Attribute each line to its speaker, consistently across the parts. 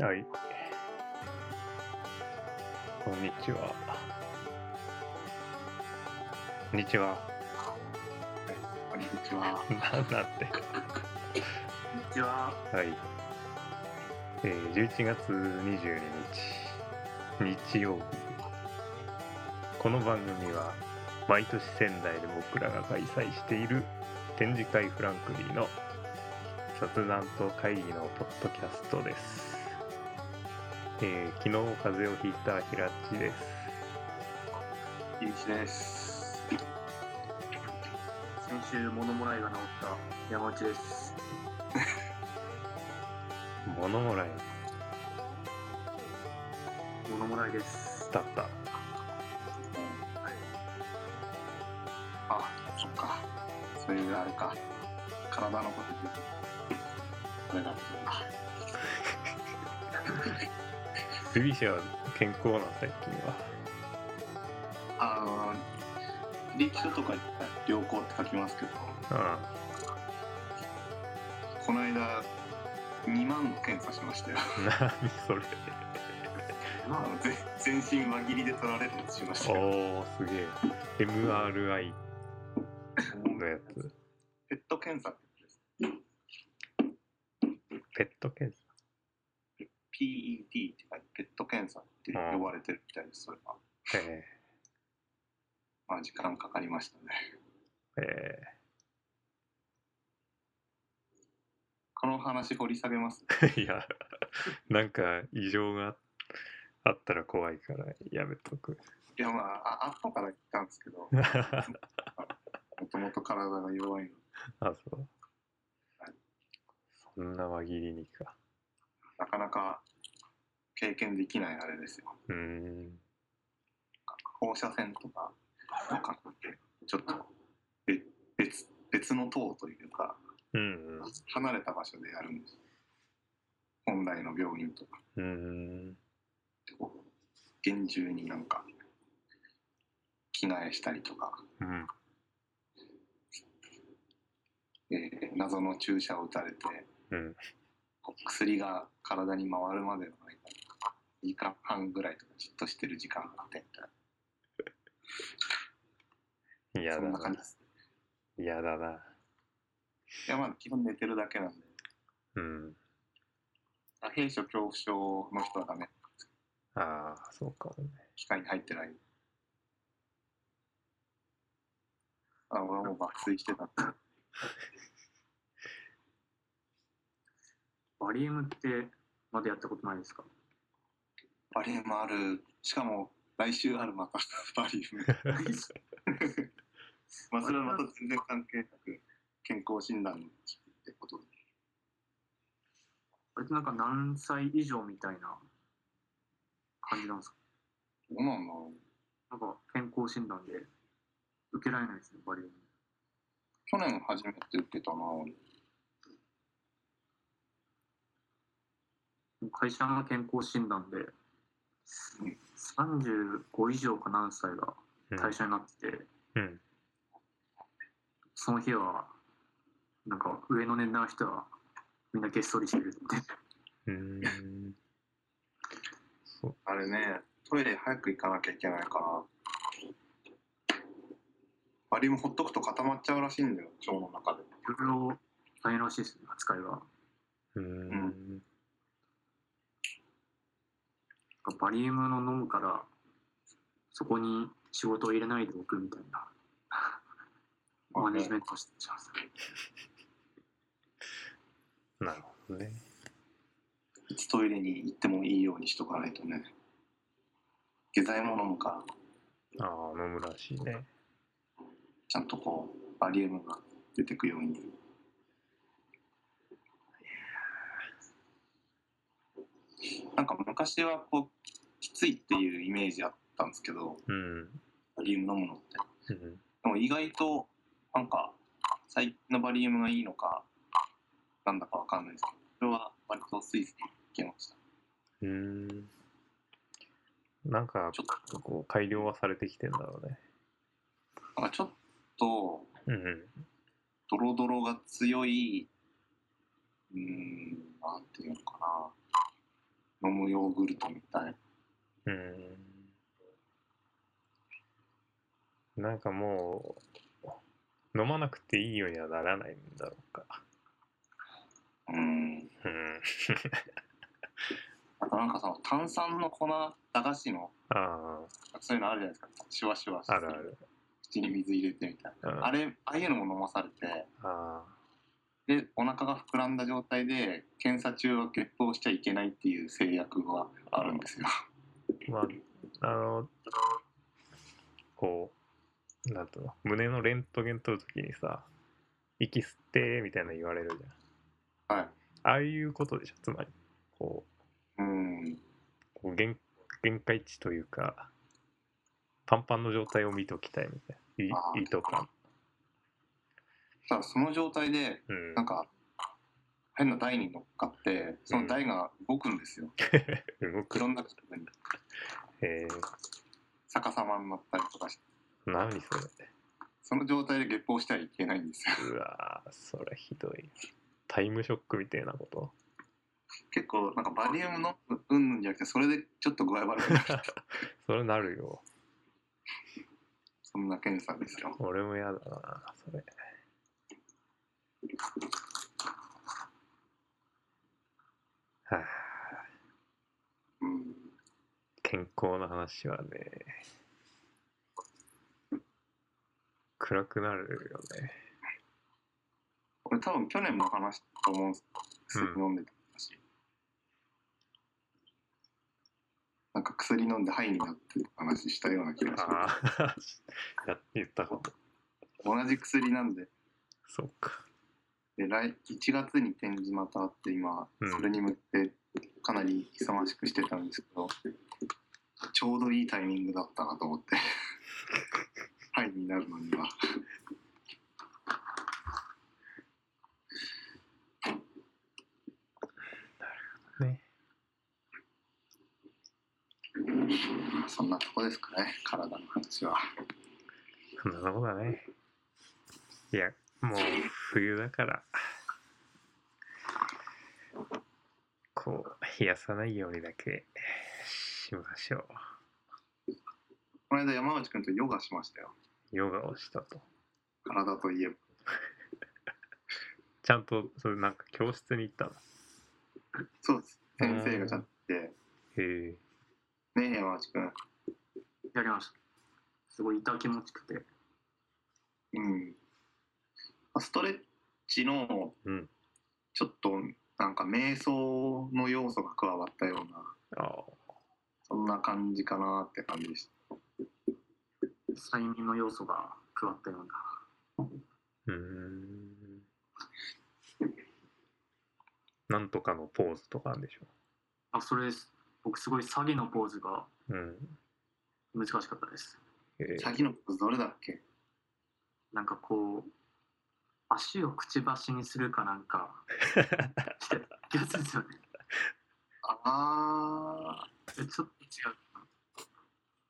Speaker 1: はい。こんにちは。こんにちは。
Speaker 2: こんにちは。
Speaker 1: なんだって。
Speaker 2: こんにちは。
Speaker 1: はい。えー、11月22日、日曜日。この番組は、毎年仙台で僕らが開催している展示会フランクリーの雑談と会議のポッドキャストです。えー、昨日風邪をひいた平地です。
Speaker 2: ゆうきです。先週物もらいが治った山内です。
Speaker 1: 物もらい
Speaker 2: 物もらいです。
Speaker 1: だった
Speaker 2: はい。あ、そっか。そういうあれか。体のことで。これだった
Speaker 1: ギリシャは健康なの最近は
Speaker 2: あの、リキトとか言ったら良好って書きますけど、
Speaker 1: あ
Speaker 2: この間、2万の検査しましたよ。
Speaker 1: あ何そ れ
Speaker 2: あのぜ全身輪切りで取られるやつしましたよ。
Speaker 1: おおすげえ MRI のやつ
Speaker 2: ペット検査ってやつです。
Speaker 1: ペット検
Speaker 2: PET って書いてペット検査って呼ばれてるみたいです、それは。
Speaker 1: 査え
Speaker 2: まあ時間かかりましたね。
Speaker 1: ー、え
Speaker 2: この話掘り下げます。
Speaker 1: ー、い やなんか異常があったら怖いからやめとく
Speaker 2: いやまあ、あ後から聞いたんですけど、も
Speaker 1: あ
Speaker 2: ともと体が弱いの。
Speaker 1: そうそんな輪切りにか
Speaker 2: なかなか経験できないあれですよ。
Speaker 1: うーん
Speaker 2: 放射線とか、なんかちょっとべ別別の塔というか、
Speaker 1: うん
Speaker 2: 離れた場所でやるんです。本来の病院とか。
Speaker 1: うんうーん
Speaker 2: こう厳重になんか着替えしたりとか、
Speaker 1: うん
Speaker 2: えー謎の注射を打たれて
Speaker 1: うん
Speaker 2: こう薬が体に回るまでの間2時間半ぐらいとかじっとしてる時間があってみたい
Speaker 1: 嫌だ
Speaker 2: なそんな感
Speaker 1: な
Speaker 2: じです
Speaker 1: 嫌だない
Speaker 2: やまあ基本寝てるだけなんで
Speaker 1: うん
Speaker 2: あ閉所恐怖症の人はダメ
Speaker 1: ああそうかもね
Speaker 2: 機械に入ってないあ俺はもう爆睡してたんで
Speaker 3: バリウムってまだやったことないですか
Speaker 2: バリウムあるしかも来週あるまた バリウムまあそれはまた全然関係なく健康診断の時期ってことで
Speaker 3: あれってなんか何歳以上みたいな感じなんですか
Speaker 2: どうなんだろう
Speaker 3: なんか健康診断で受けられないですね、バリウム。
Speaker 2: 去年初めて受けたな
Speaker 3: 会社の健康診断で
Speaker 2: うん
Speaker 3: 35以上か何歳が
Speaker 1: うん
Speaker 3: 対象になってて、
Speaker 1: うん
Speaker 3: その日はなんか上の年代の人はみんなげっそりしてるって。
Speaker 1: うーんそう
Speaker 2: あれねトイレ早く行かなきゃいけないからバリウムほっとくと固まっちゃうらしいんだよ腸の中で
Speaker 3: いろいろ大変らしいですね、扱いが。
Speaker 1: うーん
Speaker 3: バリウムの飲むからそこに仕事を入れないでおくみたいな
Speaker 2: まあ
Speaker 3: マ
Speaker 2: ね
Speaker 3: ネジメントをしてますね
Speaker 1: なるほどね
Speaker 2: いつトイレに行ってもいいようにしとかないとね下剤も飲むから
Speaker 1: ああ飲むらしいね
Speaker 2: ちゃんとこうバリウムが出てくようになんか昔はこうきついっていうイメージあったんですけど
Speaker 1: うん
Speaker 2: バリウム飲むのっ
Speaker 1: う
Speaker 2: て
Speaker 1: ん
Speaker 2: でも意外となんか最近のバリウムがいいのかなんだかわかんないですけどそれは割とスイスに行けました
Speaker 1: うーんなんか
Speaker 2: ちょっ
Speaker 1: こう改良はされてきてんだろうね
Speaker 2: となんかちょっと
Speaker 1: うんうん
Speaker 2: ドロドロが強いうーんなんていうのかな飲むヨーグルトみたいな。
Speaker 1: うーん。なんかもう、飲まなくていいようにはならないんだろうか。
Speaker 2: うん。
Speaker 1: うん。
Speaker 2: あとなんかその炭酸の粉、駄菓子の、
Speaker 1: あ
Speaker 2: そういうのあるじゃないですか。シュワシュワし
Speaker 1: あ、
Speaker 2: て
Speaker 1: あるある。
Speaker 2: 口に水入れてみたい
Speaker 1: うん
Speaker 2: な。あれ、ああいうのも飲まされて、
Speaker 1: あ
Speaker 2: で、お腹が膨らんだ状態で、検査中は血糖しちゃいけないっていう制約があるんですよ。
Speaker 1: あ、まあ、あの、こう、なんとの、胸のレントゲン取るときにさ、息吸ってみたいなの言われるじゃん。
Speaker 2: はい。
Speaker 1: ああいうことでしょ、つまり。こう、
Speaker 2: うん。
Speaker 1: こう限限界値というか、パンパンの状態を見ておきたいみたい
Speaker 2: あ
Speaker 1: な。
Speaker 2: ー
Speaker 1: いいとか。
Speaker 2: ただその状態で、
Speaker 1: うん
Speaker 2: なん。か、変な台に乗っかって、その台が動くんですよ。
Speaker 1: 動く
Speaker 2: いろ。んな角度に
Speaker 1: え
Speaker 2: 逆さまになったりとかして、
Speaker 1: ー、何それ。
Speaker 2: その状態で月報してはいけないんですよ。
Speaker 1: うわー、それひどい。タイムショックみたいなこと。
Speaker 2: 結構、なんかバリウムのうんぬんじゃなくて、それでちょっと具合悪くなる。
Speaker 1: それなるよ。
Speaker 2: そんな検査ですよ。
Speaker 1: 俺もやだな、それ。はあ、
Speaker 2: うん。
Speaker 1: 健康の話はね、暗くなるよね。
Speaker 2: これ多分去年も話したと思うんですけど、
Speaker 1: うん
Speaker 2: 薬飲んでたし。なんか薬飲んで肺になってる話したような気がしま
Speaker 1: ああ、や言ったこと。
Speaker 2: す。同じ薬なんで、
Speaker 1: そうか。
Speaker 2: で来1月に展示またあって今
Speaker 1: うん
Speaker 2: それに向ってかなり忙しくしてたんですけど、ちょうどいいタイミングだったなと思って はいになるのには
Speaker 1: ね。
Speaker 2: そんなとこですかね体の話は
Speaker 1: そんなとこだね。いや、もう冬だから、こう、冷やさないようにだけしましょ
Speaker 2: この間山内くんとヨガしましたよ
Speaker 1: う。ヨガをしたと。
Speaker 2: 体といえば
Speaker 1: ちゃんと、それなんか教室に行ったの。
Speaker 2: そうです先生がちゃんとって
Speaker 1: へえ。
Speaker 2: 「ねえ山内くん
Speaker 3: やりました。すごい痛気持ちくて。
Speaker 2: うんストレッチの
Speaker 1: うん
Speaker 2: ちょっとなんか瞑想の要素が加わったような
Speaker 1: ああ。
Speaker 2: そんな感じかなって感じでした
Speaker 3: 催眠の要素が加わったような。
Speaker 1: うーん。なんとかのポーズとかあるんでしょ
Speaker 3: あ、それです。僕すごい詐欺のポーズが
Speaker 1: う。うん。
Speaker 3: 難しかったです。
Speaker 1: へえ。
Speaker 2: 先のポーズどれだっけ
Speaker 3: なんかこう、足をくちばしにするかなんかしてたやつですよね。
Speaker 2: あ
Speaker 3: えちょっと違う。
Speaker 2: あ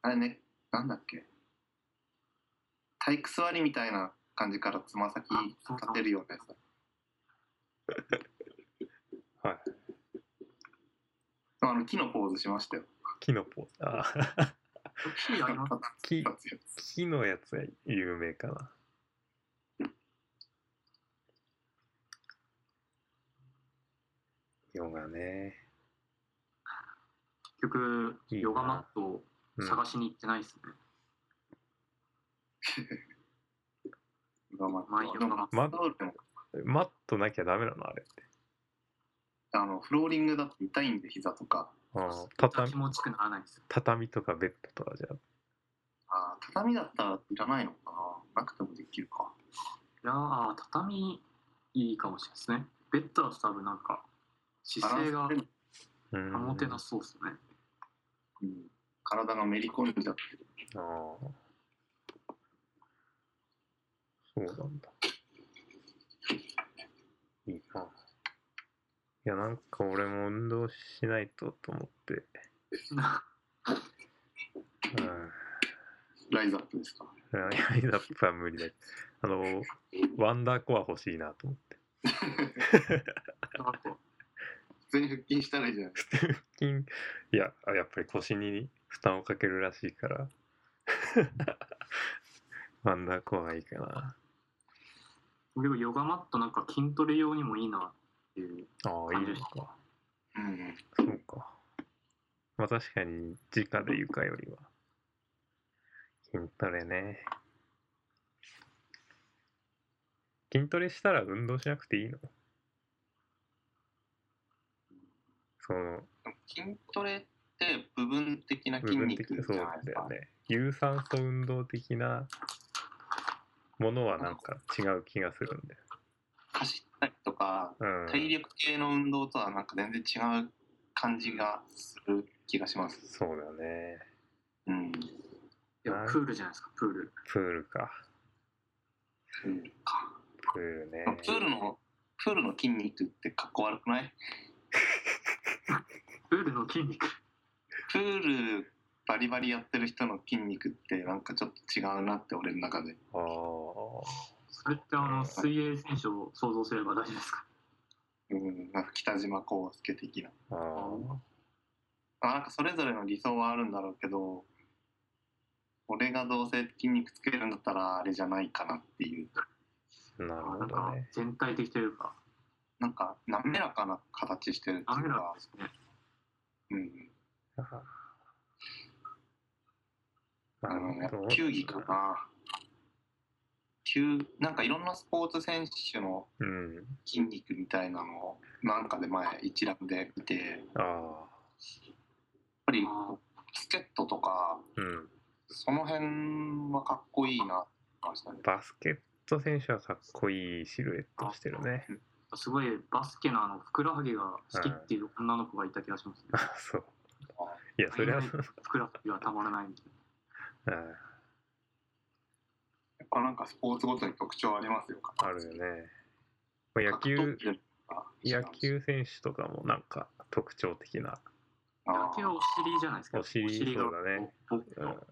Speaker 2: あれねなんだっけ体育座りみたいな感じからつま先
Speaker 3: あそうそう
Speaker 2: 立てるようなやつだ
Speaker 1: はい。
Speaker 2: あの木のポーズしましたよ
Speaker 1: 木のポーズ。 ああ。
Speaker 3: キーあります
Speaker 1: 木
Speaker 2: 立つやつ
Speaker 1: 木のやつが有名かな。ヨガね。
Speaker 3: 結局、
Speaker 1: いいな
Speaker 3: ヨガマットを
Speaker 1: うん、
Speaker 3: 探しに行ってないですね。
Speaker 2: まあま
Speaker 3: ま
Speaker 2: あ
Speaker 3: あ
Speaker 2: でも
Speaker 1: ま
Speaker 2: タオルでも
Speaker 1: マットなきゃダメなのあれって。
Speaker 2: あのフローリングだと痛いんで膝とか
Speaker 1: ああ
Speaker 3: 痛
Speaker 1: 畳
Speaker 3: 気持ちくならないですよ。
Speaker 1: 畳とかベッドとかじゃ
Speaker 2: あー畳だったらいらないのかななくてもできるか
Speaker 3: いやー、畳いいかもしれないですね。ベッドだと多分なんか、姿勢が
Speaker 2: バランス
Speaker 1: うーん。
Speaker 3: 保てなそうです ね。
Speaker 2: でもうん体がめり込んじゃって
Speaker 1: ああ。そうなんだ。いいな。いや、なんか俺も運動しないとと思って。うん。
Speaker 2: ライズアップですか
Speaker 1: うんライズアップは無理だ。あの、ワンダーコア欲しいなと思って。
Speaker 3: あと、
Speaker 2: 普通に腹筋したらいいじゃないですか。
Speaker 1: 筋いやあやっぱり腰に負担をかけるらしいから アンダーコアがいいかな
Speaker 3: でもヨガマットなんか筋トレ用にもいいなっていう
Speaker 1: ああいい
Speaker 3: 感じ
Speaker 1: で
Speaker 3: ですす
Speaker 1: か
Speaker 3: か。
Speaker 2: うん。
Speaker 1: そうかまあ確かに直で床よりは筋トレね筋トレしたら運動しなくていいのその
Speaker 2: でも筋トレって部分的な
Speaker 1: 部
Speaker 2: 筋
Speaker 1: 分
Speaker 2: 肉
Speaker 1: 的
Speaker 2: じ
Speaker 1: そう
Speaker 2: ゃ
Speaker 1: な
Speaker 2: ない
Speaker 1: ん
Speaker 2: で
Speaker 1: だ
Speaker 2: すか。
Speaker 1: よね有酸素運動的なものはなんか違う気がするんだよ、
Speaker 2: 走ったりとか、
Speaker 1: うん、
Speaker 2: 体力系の運動とはなんか全然違う感じがする気がします。
Speaker 1: そうだね
Speaker 2: うん。
Speaker 3: いや
Speaker 1: はい
Speaker 3: プールじゃないですかプール。
Speaker 1: プールか
Speaker 2: プールか。
Speaker 1: プールね
Speaker 2: プールの、プールの筋肉ってかっこ悪くない
Speaker 3: プールの筋肉。
Speaker 2: プールバリバリやってる人の筋肉ってなんかちょっと違うなって俺の中で。
Speaker 1: あー
Speaker 3: それってあの水泳選手を想像すれば大丈夫ですか。
Speaker 2: うん。なんか北島康介的な。
Speaker 1: あー
Speaker 2: まあ、なんかそれぞれの理想はあるんだろうけど俺がどうせ筋肉つけるんだったらあれじゃないかなっていう
Speaker 1: なる
Speaker 3: な
Speaker 1: ほ
Speaker 3: ん
Speaker 1: ど
Speaker 3: か
Speaker 1: ね
Speaker 3: 全体的というか
Speaker 2: なんか滑らかな形してるって
Speaker 3: ダ
Speaker 2: いう
Speaker 3: メなん
Speaker 2: か
Speaker 3: ですね。
Speaker 2: うん
Speaker 1: あー
Speaker 2: あのやっぱ球技か
Speaker 1: な
Speaker 2: な球なんかいろんなスポーツ選手の
Speaker 1: うん
Speaker 2: 筋肉みたいなのをなんかで前一覧で見てやっ
Speaker 1: あ
Speaker 2: ぱり
Speaker 3: あ
Speaker 2: スケットとか
Speaker 1: ーうん
Speaker 2: その辺はかっこいいなって思いましたね
Speaker 1: バスケット選手はかっこいいシルエットしてるね
Speaker 3: ーすごいバスケのあのふくらはぎが好きっていう女の子がいた気がします、ね。
Speaker 1: あ そういやそ れは
Speaker 3: ふくらはぎがたまらないみたいな。
Speaker 1: うん
Speaker 2: やっぱなんかスポーツごとに特徴ありますよ
Speaker 1: あるよねまあ野
Speaker 2: 格
Speaker 1: 球
Speaker 2: 闘技よりか
Speaker 1: 野球選手とかもなんか特徴的な、
Speaker 2: あー
Speaker 3: 野球はお尻じゃないですか。
Speaker 1: お尻
Speaker 3: が
Speaker 1: そうだね
Speaker 3: ボッ
Speaker 1: うん、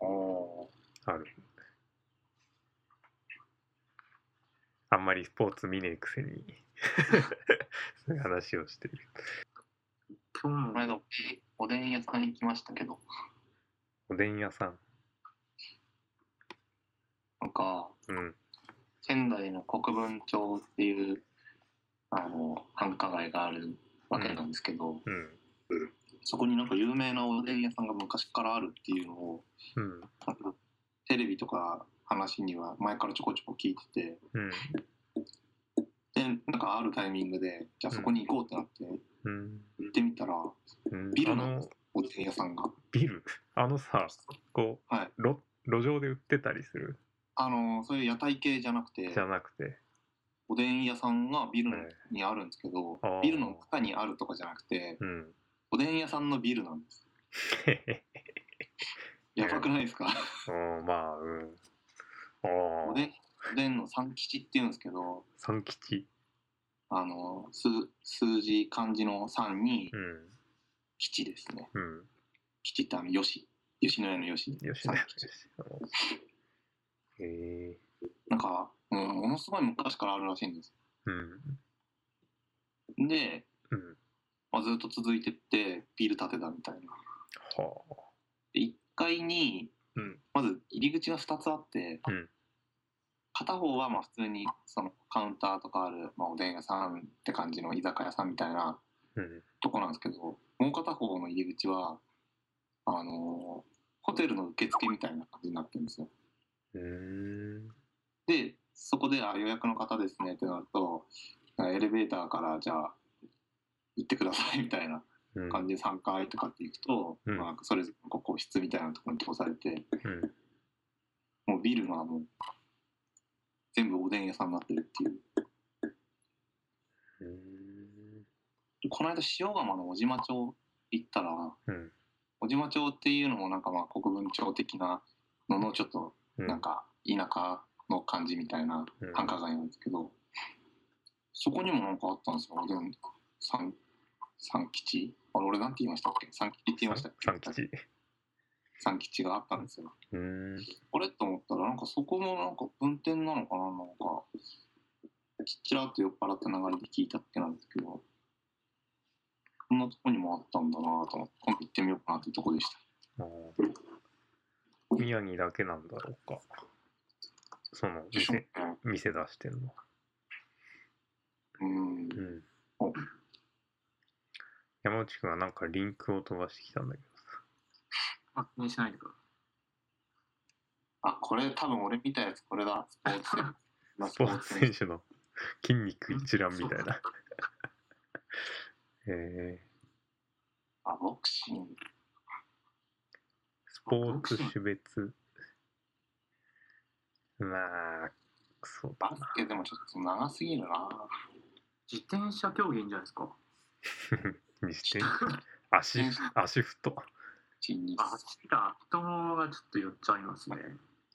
Speaker 2: お
Speaker 1: あるあんまりスポーツ見ねえくせに そういう話をしてる
Speaker 3: 今
Speaker 2: こ
Speaker 3: 日
Speaker 2: の
Speaker 3: も
Speaker 2: 間おでん屋さん行きましたけど
Speaker 1: おでん屋さん
Speaker 2: なんか
Speaker 1: うん
Speaker 2: 仙台の国分町っていうあの繁華街があるわけなんですけど、
Speaker 1: うん
Speaker 2: そこになんか有名なおでん屋さんが昔からあるっていうのを
Speaker 1: うん
Speaker 2: なんかテレビとか話には前からちょこちょこ聞いて
Speaker 1: うん
Speaker 2: てでなんかあるタイミングでじゃあそこに行こうってなって
Speaker 1: うん
Speaker 2: 行ってみたら
Speaker 1: うん
Speaker 2: ビ
Speaker 1: あ
Speaker 2: ルの
Speaker 1: の
Speaker 2: おでん屋さんが
Speaker 1: ビル あのさこう、
Speaker 2: はい
Speaker 1: 路路上で売ってたりする
Speaker 2: あのそういう屋台系じゃなくて
Speaker 1: じゃなくて
Speaker 2: おでん屋さんがビル
Speaker 1: はい
Speaker 2: にあるんですけど、
Speaker 1: あー
Speaker 2: ビルの下にあるとかじゃなくて
Speaker 1: うん
Speaker 2: おでん屋さんのビルなんですやばくないですか、
Speaker 1: おまあうん
Speaker 2: お
Speaker 1: お
Speaker 2: でんおでんの三吉っていうんですけど
Speaker 1: 三吉
Speaker 2: あの数数字漢字の三に
Speaker 1: うん
Speaker 2: 吉ですね
Speaker 1: うん
Speaker 2: 吉ってあの吉吉野家の吉
Speaker 1: 吉野
Speaker 2: 三
Speaker 1: 家
Speaker 2: 吉
Speaker 1: へえ
Speaker 2: なんか、うん、ものすごい昔からあるらしいんです
Speaker 1: うん
Speaker 2: で、
Speaker 1: うん
Speaker 2: まあ、ずっと続いてってビル建てたみたいな
Speaker 1: はあ
Speaker 2: で1階に、
Speaker 1: うん
Speaker 2: まず入り口が2つあって、
Speaker 1: うん
Speaker 2: 片方はまあ普通にそのカウンターとかある、まあ、おでん屋さんって感じの居酒屋さんみたいな
Speaker 1: うん
Speaker 2: とこなんですけどもう片方の入り口はあのーホテルの受付みたいな感じになってるんですよ。
Speaker 1: うーん
Speaker 2: でそこで「あ予約の方ですね」ってなるとエレベーターからじゃあ行ってくださいみたいな
Speaker 1: うん
Speaker 2: 感じで3階とかって行くと、
Speaker 1: うん
Speaker 2: まあ、なんかそれぞれこう個室みたいなところに通されて、
Speaker 1: うん
Speaker 2: もうビルがもう全部おでん屋さんになってるっていう。
Speaker 1: うーん
Speaker 2: この間塩釜の小島町行ったら、
Speaker 1: うん
Speaker 2: 小島町っていうのもなんかまあ国分町的なののちょっと
Speaker 1: うん
Speaker 2: なんか田舎の感じみたいな
Speaker 1: うん
Speaker 2: 繁華街なんですけど、そこにもなんかあったんですよ。おでん三三吉あれ俺なんて言いましたっけ三吉って言いましたっけ
Speaker 1: 三吉
Speaker 2: 三吉があったんですよ。
Speaker 1: うーん
Speaker 2: あれと思ったら、なんかそこもなんか運転なのかな、なんか、ちっちらっと酔っ払った流れで聞いたってなんですけど、こんなとこにもあったんだなと思って、今度行ってみようかなってとこでした。
Speaker 1: うん宮城だけなんだろうか。その
Speaker 2: でしょう
Speaker 1: 店
Speaker 2: ね。
Speaker 1: 店出してんの。
Speaker 2: うん
Speaker 1: う。ん
Speaker 2: お。
Speaker 1: 山内くんはなんかリンクを飛ばしてきたんだけど。
Speaker 3: あ、気にしないでくだ
Speaker 2: あ、これ多分俺見たやつこれだ。スポーツ選手。
Speaker 1: スポーツ選手の 筋肉一覧みたいな。えー、
Speaker 2: あ、ボクシング。
Speaker 1: スポーツ種別。まあ、そうだ
Speaker 2: バスケでもちょっと長すぎるな
Speaker 3: 自転車競技いいんじゃないですか。
Speaker 1: な。に して、足、足太。
Speaker 2: 1、2、
Speaker 3: あ、走った太ももがちょっと寄っちゃいますね。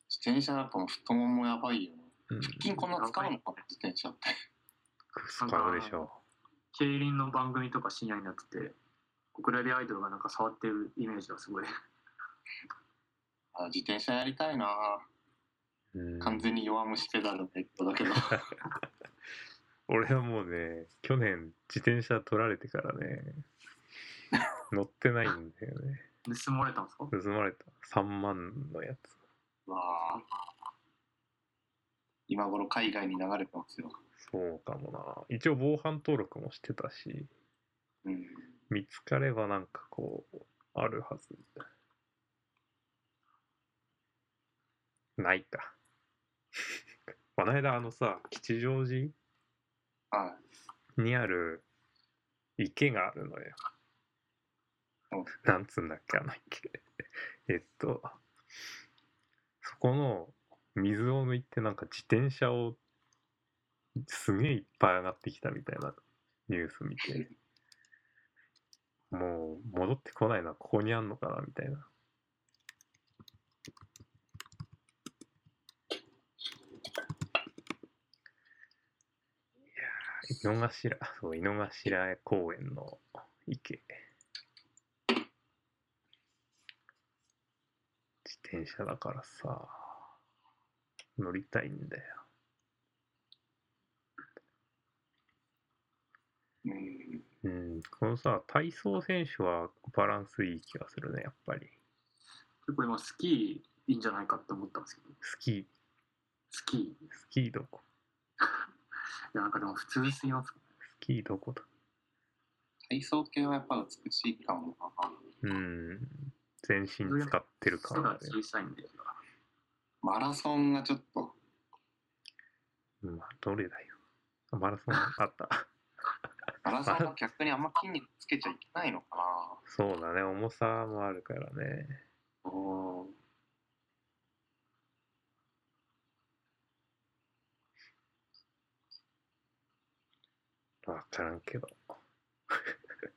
Speaker 2: 自転車だと太ももやばいよね。
Speaker 1: うん、
Speaker 2: 腹筋こんな使うのかな、自転車って。
Speaker 1: 使うでしょ
Speaker 3: 競輪の番組とか深夜になってて、国ラビアアイドルがなんか触ってるイメージがすごい。
Speaker 2: あ自転車やりたいな
Speaker 1: う。うん
Speaker 2: 完全に弱虫ペダルで一個だけど。
Speaker 1: 俺はもうね去年自転車取られてからね乗ってないんだよね
Speaker 3: 盗まれたんですか
Speaker 1: 盗まれた3万のやつ
Speaker 2: わあ今頃海外に流れてますよ。
Speaker 1: そうかもな一応防犯登録もしてたし
Speaker 2: うん。
Speaker 1: 見つかればなんかこうあるはずないか この間あのさ吉祥寺
Speaker 2: は
Speaker 1: にある池があるのよ
Speaker 2: うん。
Speaker 1: なんつうんだっけあの池。 えっと、そこの水を抜いてなんか自転車をすげえいっぱい上がってきたみたいなニュース見て、もう戻ってこないのはここにあんのかなみたいな。井の頭、そう、井の頭公園の池。自転車だからさ、乗りたいんだよ。
Speaker 2: い。うん。
Speaker 1: うん、このさ、体操選手はバランスいい気がするね、やっぱり。
Speaker 3: 結構今スキーいいんじゃないかって思ったんですけど、
Speaker 1: スキー、
Speaker 3: スキー。い
Speaker 1: スキーどこ
Speaker 3: や、なんかでも普通すぎます。
Speaker 1: スキーどこだ
Speaker 2: 体操系はやっぱ美しいかもな
Speaker 1: うん、全身使ってる
Speaker 3: 背
Speaker 1: 感
Speaker 3: が
Speaker 1: じ
Speaker 3: 小さいんで。
Speaker 2: マラソンがちょっと、
Speaker 1: うん、どれだよ。あマラソンあった。
Speaker 2: マラソンは逆にあんま筋肉つけちゃいけないのか
Speaker 1: そうだね、重さもあるからね。
Speaker 2: なお
Speaker 1: わからんけど。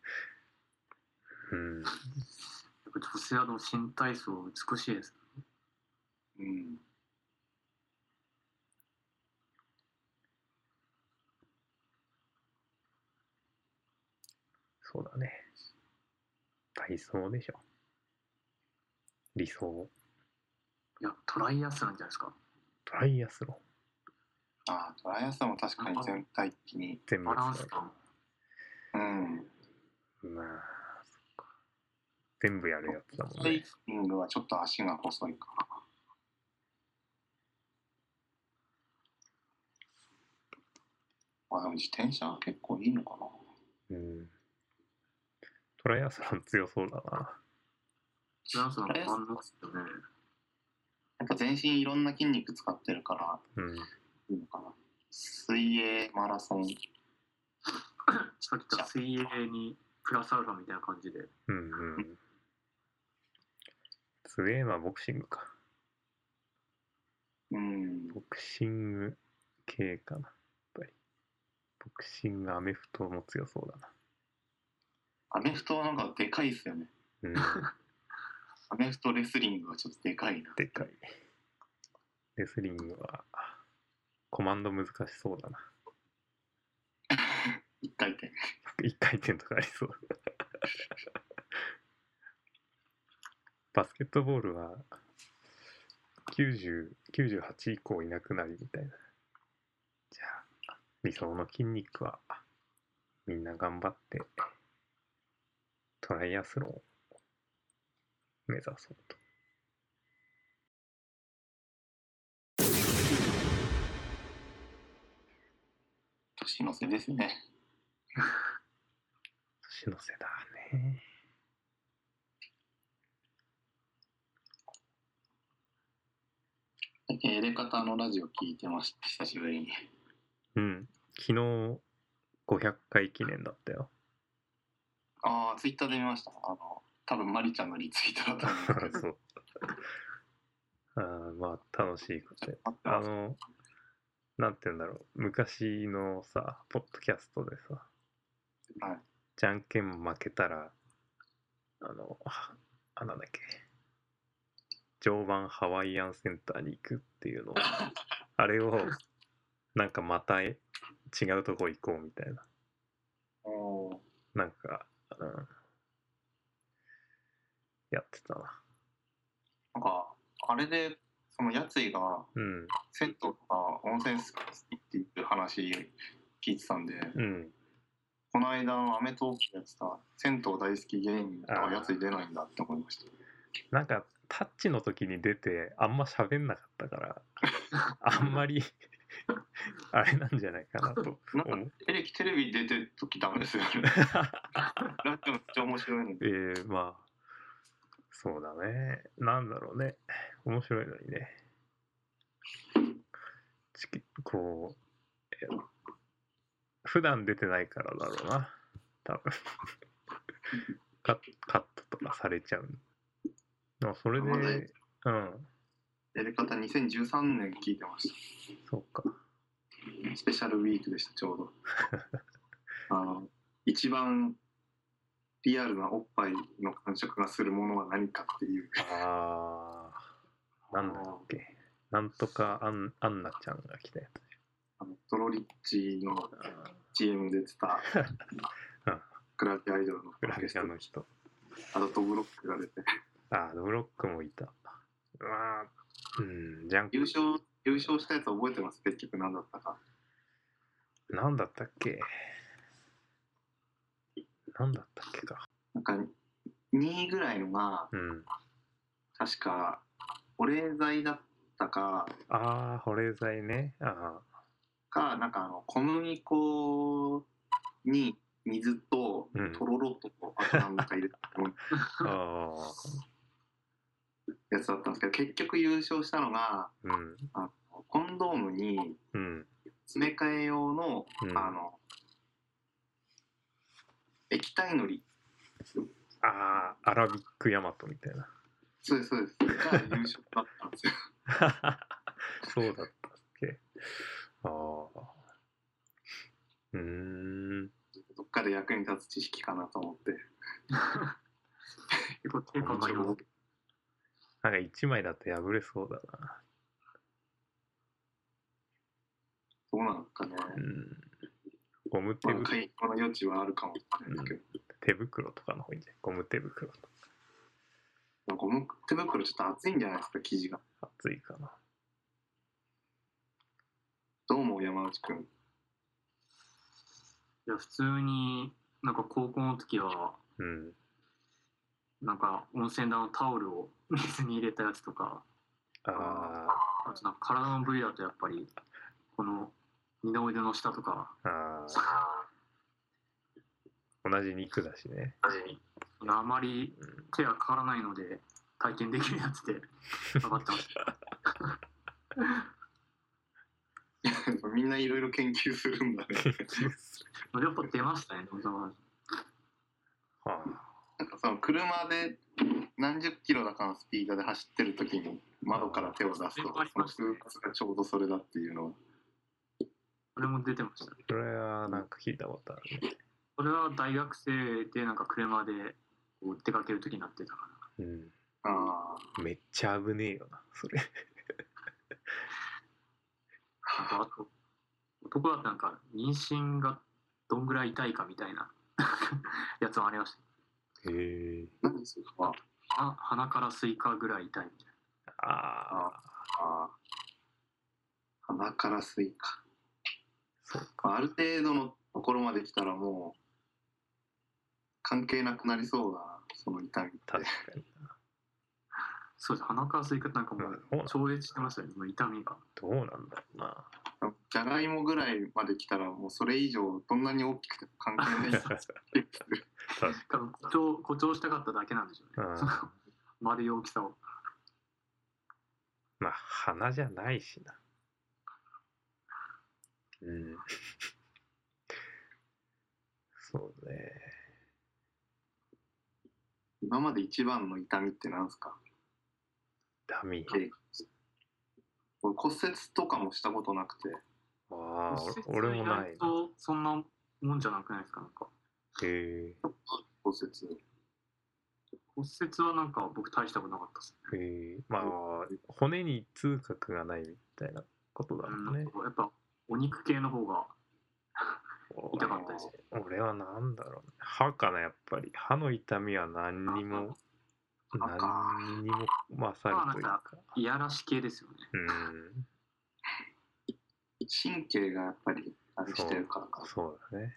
Speaker 1: うん。
Speaker 3: やっぱ女性はでも新体操美しいです。
Speaker 2: うん。
Speaker 1: そうだね。体操でしょ。理想。
Speaker 3: いや、トライアスなんじゃないですか。
Speaker 1: トライアスロン。
Speaker 2: ああ、トライアスロンも確かに全体的に。
Speaker 1: 全部
Speaker 3: バラン
Speaker 1: 使
Speaker 3: ス
Speaker 1: う。
Speaker 3: 感。
Speaker 2: うん。
Speaker 1: まあ、そっか。全部やるやつだも
Speaker 2: ス
Speaker 1: ん
Speaker 2: イ
Speaker 1: ね。
Speaker 2: ミングはちょっと足が細いかな。あ、でも自転車は結構いいのかな。
Speaker 1: うん。トライアスロン強そうだな。
Speaker 3: バランスなんか万能ですよね。
Speaker 2: やっぱ全身いろんな筋肉使ってるから
Speaker 1: うん。
Speaker 2: いいのかな。水泳、マラソン。
Speaker 3: さっき言った水泳にプラスアルファみたいな感じで。
Speaker 1: うんうん。強えな、ボクシングか。
Speaker 2: うん。
Speaker 1: ボクシング系かな。やっぱり。ボクシング、アメフトも強そうだな。
Speaker 2: アメフトはなんかでかいっすよね。
Speaker 1: うん。
Speaker 2: アメフトレスリングはちょっとでかいな。
Speaker 1: でかい。レスリングは、コマンド難しそうだな。
Speaker 2: 一回転。
Speaker 1: 一回転とかありそう。 バスケットボールは、90 98以降いなくなりみたいな。じゃあ、理想の筋肉は、みんな頑張って、トライアスロンを目指そうと。
Speaker 2: 年の瀬ですね。
Speaker 1: 年の瀬だね。
Speaker 2: 最近エレカタのラジオ聞いてました、久しぶりに。
Speaker 1: うん。昨日、500回記念だったよ。
Speaker 2: ああ、ツイッターで見ました。あの、多分マリちゃんのリツイートだと思うんです
Speaker 1: そ
Speaker 2: けど。
Speaker 1: う。 あーまあ、楽しいことで。
Speaker 2: 待って
Speaker 1: あ
Speaker 2: ます
Speaker 1: の、なんて言うんだろう。昔のさ、ポッドキャストでさ、
Speaker 2: はい
Speaker 1: じゃんけん負けたら、あの、あ、あなんだっけ。常磐ハワイアンセンターに行くっていうのを、あれを、なんかまたえ違うとこ行こうみたいな。
Speaker 2: おー
Speaker 1: なんか、うん、やってたな。
Speaker 2: なんか、あれで、その、やついが、
Speaker 1: うん、
Speaker 2: 銭湯とか温泉す行っていう話聞いてたんで、
Speaker 1: うん。
Speaker 2: この間のアメトークでやってた、銭湯大好き芸人と
Speaker 1: あ
Speaker 2: か
Speaker 1: ー
Speaker 2: やつい出ないんだって思いました。
Speaker 1: なんか、タッチの時に出て、あんま喋んなかったから、あんまり、あれなんじゃないかなと
Speaker 2: なん
Speaker 1: 思
Speaker 2: か
Speaker 1: う。
Speaker 2: テレビ、テレビ出てる時ダメですよ ね。ラジオめっちゃ面白いの
Speaker 1: え
Speaker 2: で。
Speaker 1: ー、まあ、そうだね。なんだろうね。面白いのにね。ちきこう、え普段出てないからだろうな。多分 カッカットとかされちゃう。まあ、それで、
Speaker 2: まだ
Speaker 1: うん、
Speaker 2: やり方2013年聞いてまし
Speaker 1: そうか。
Speaker 2: た。スペシャルウィークでした、ちょうど。あの、一番リアルなおっぱいの感触がするものは何かっていう。
Speaker 1: あー、 なんだっけ。なんとかアンアンナちゃんが来たやつ。
Speaker 2: あのドロリッチの
Speaker 1: あー
Speaker 2: CM 出てた
Speaker 1: うん
Speaker 2: グラビアアイドルの
Speaker 1: グラビアの人。
Speaker 2: あとドブロックが出て
Speaker 1: あー、ドブロックもいた。うわーうん、ジャン
Speaker 2: 優勝優勝したやつ覚えてます結局何だったか
Speaker 1: なんだったっけなんだったっけか。
Speaker 2: なんか2位ぐらいのが
Speaker 1: うん。
Speaker 2: 確かお礼剤だったか
Speaker 1: ああ、保冷剤ね。あ
Speaker 2: かなんかあの小麦粉に水と
Speaker 1: うん
Speaker 2: とろろとあとなんだか入れた
Speaker 1: ーあ
Speaker 2: やつだったんですけど結局優勝したのが
Speaker 1: ー。うん。
Speaker 2: あのコンドームに
Speaker 1: うん。
Speaker 2: 詰め替え用の
Speaker 1: うん、
Speaker 2: あの、液体のり、
Speaker 1: あーアラビックヤマトみたいな。
Speaker 2: そうです、そうです、が優勝だったんですよ。
Speaker 1: そ うだったっけああ。うーん。
Speaker 2: どっかで役に立つ知識かなと思って。
Speaker 3: 結構手かかりますけど
Speaker 1: なんか一枚だと破れそうだな。
Speaker 2: どうなのかね。
Speaker 1: うん。ゴム手
Speaker 2: まあ、
Speaker 1: 袋、
Speaker 2: 解放の余地はあるかもしれないですけ
Speaker 1: 手袋とかの方がいいんじゃないゴム手袋とか。
Speaker 2: ど、ゴム手袋ちょっと厚いんじゃないですか、生地が。
Speaker 1: 熱いかな。
Speaker 2: どうも、山内くん。
Speaker 3: いや普通になんか高校の時は
Speaker 1: うん。
Speaker 3: なんか温泉だのタオルを水に入れたやつとか
Speaker 1: ああ。
Speaker 3: あとなんか体の部位だとやっぱりこの二の腕の下とか
Speaker 1: ああ、同じ肉だし ね。
Speaker 3: あまり手がかからないので体験できるやつで頑張ってました
Speaker 2: みんないろいろ研究するん だね。
Speaker 3: やっぱ出ましたねでもその
Speaker 1: は
Speaker 2: なんかその車で何十キロだかのスピードで走ってる時に窓から手を出すと、
Speaker 3: あー
Speaker 2: その空圧がちょうどそれだっていうのを
Speaker 3: あれも出てましたね
Speaker 1: あ、それはなんか聞いたことあるね。
Speaker 3: それは大学生でなんか車でこう出かける時になってたか
Speaker 2: あ
Speaker 1: うん、めっちゃ危ねえよな、それ。
Speaker 3: らなんかあと男だったらなんか妊娠がどんぐらい痛いかみたいなやつもありまし
Speaker 1: へ
Speaker 3: た
Speaker 1: え。
Speaker 2: あ、 何するか。
Speaker 3: 鼻鼻からスイカぐらい痛いみたい
Speaker 1: ああ、
Speaker 2: あー鼻からスイカ。
Speaker 1: そう
Speaker 2: ある程度のところまで来たらもう、関係なくなりそうだなその痛みって
Speaker 1: 確かに
Speaker 3: そうです鼻から吸い方なんかもう
Speaker 1: どうな
Speaker 3: 超越してましたよねもう痛みが
Speaker 1: どうなんだろうな
Speaker 2: じゃがいもぐらいまで来たらもうそれ以上どんなに大きくても関係ない
Speaker 3: 多分誇張誇張したかっただけなんでしょうね、
Speaker 1: うん
Speaker 3: その丸い大きさを
Speaker 1: まあ鼻じゃないしなうんそうね
Speaker 2: 今まで一番の痛みってなんですか
Speaker 1: ダミー
Speaker 2: え俺骨折とかもしたことなくて
Speaker 1: ああ
Speaker 3: 骨折
Speaker 1: 俺もない
Speaker 3: 意
Speaker 1: な
Speaker 3: 外とそんなもんじゃなくないですかなんか
Speaker 1: へ
Speaker 2: 骨折
Speaker 3: 骨折はなんか僕大したことなかったです
Speaker 1: えへえまあ骨に痛覚がないみたいなことだもん
Speaker 3: ね、
Speaker 1: ね
Speaker 3: うん、やっぱお肉系の方が痛かったです
Speaker 1: 俺はなんだろうね歯かなやっぱり歯の痛みは何にも
Speaker 2: 歯か
Speaker 1: 何にも勝るというか
Speaker 3: いやらし系で すよね
Speaker 1: うん
Speaker 2: 神経がやっぱりあれしてるからか
Speaker 1: そうだね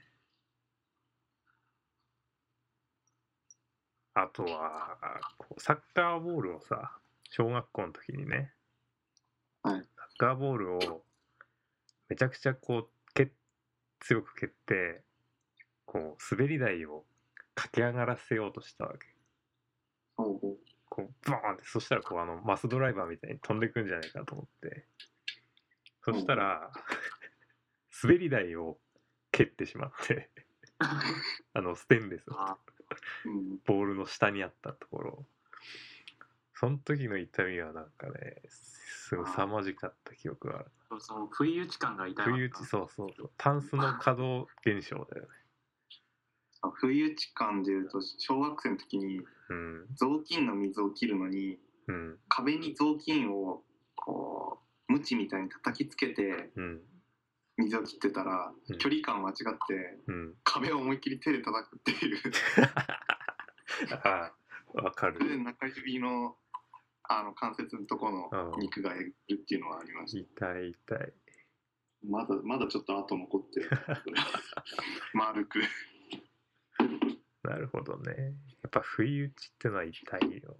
Speaker 1: あとはこうサッカーボールをさ小学校の時にね、
Speaker 2: はい
Speaker 1: サッカーボールをめちゃくちゃこう蹴っ強く蹴ってこう滑り台を駆け上がらせようとしたわけ
Speaker 2: そうそう
Speaker 1: こうバーンってそしたらこうあのマスドライバーみたいに飛んでくんじゃないかと思ってそしたら滑り台を蹴ってしまって あのステンレスの
Speaker 3: あ
Speaker 2: うん
Speaker 1: ボールの下にあったところその時の痛みはなんかねすごい凄まじかった記憶がある
Speaker 3: そうその不意打ち感が痛い
Speaker 1: 不意打ちそうそうそうタンスの可動現象だよね
Speaker 2: あ不意打ち感でいうと小学生の時に
Speaker 1: うん
Speaker 2: 雑巾の水を切るのに
Speaker 1: うん
Speaker 2: 壁に雑巾をこうムチみたいに叩きつけて
Speaker 1: うん
Speaker 2: 水を切ってたら
Speaker 1: うん
Speaker 2: 距離感間違って
Speaker 1: うん
Speaker 2: 壁を思いっきり手で叩くっていう
Speaker 1: ああわか
Speaker 2: それで
Speaker 1: る
Speaker 2: 中指のあの関節のとこの肉がえぐるっていうのはありました
Speaker 1: 痛い痛い
Speaker 2: まだまだちょっと後残ってる 丸く
Speaker 1: なるほどね。やっぱ不意打ちってのは痛いよ。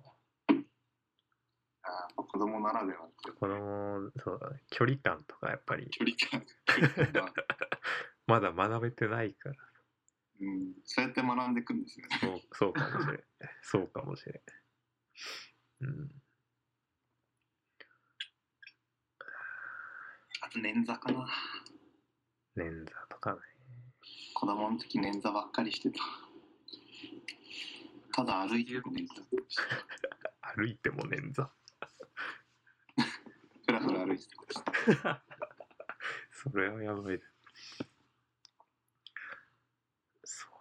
Speaker 2: あー子供ならではっていうか
Speaker 1: この、そうだね、距離感とかやっぱり、
Speaker 2: 距離感距離感が、
Speaker 1: まだ学べてないから、
Speaker 2: うん、そうやって学んでいくんですよね
Speaker 1: そう そうかもしれん。そうかもしれん。うん。
Speaker 2: あと捻挫かな
Speaker 1: 捻挫とかね。
Speaker 2: 子供の時捻挫ばっかりしてたただ歩いてる捻挫
Speaker 1: 歩いても捻挫。
Speaker 2: ふらふら歩いてました
Speaker 1: それはやばいね。そう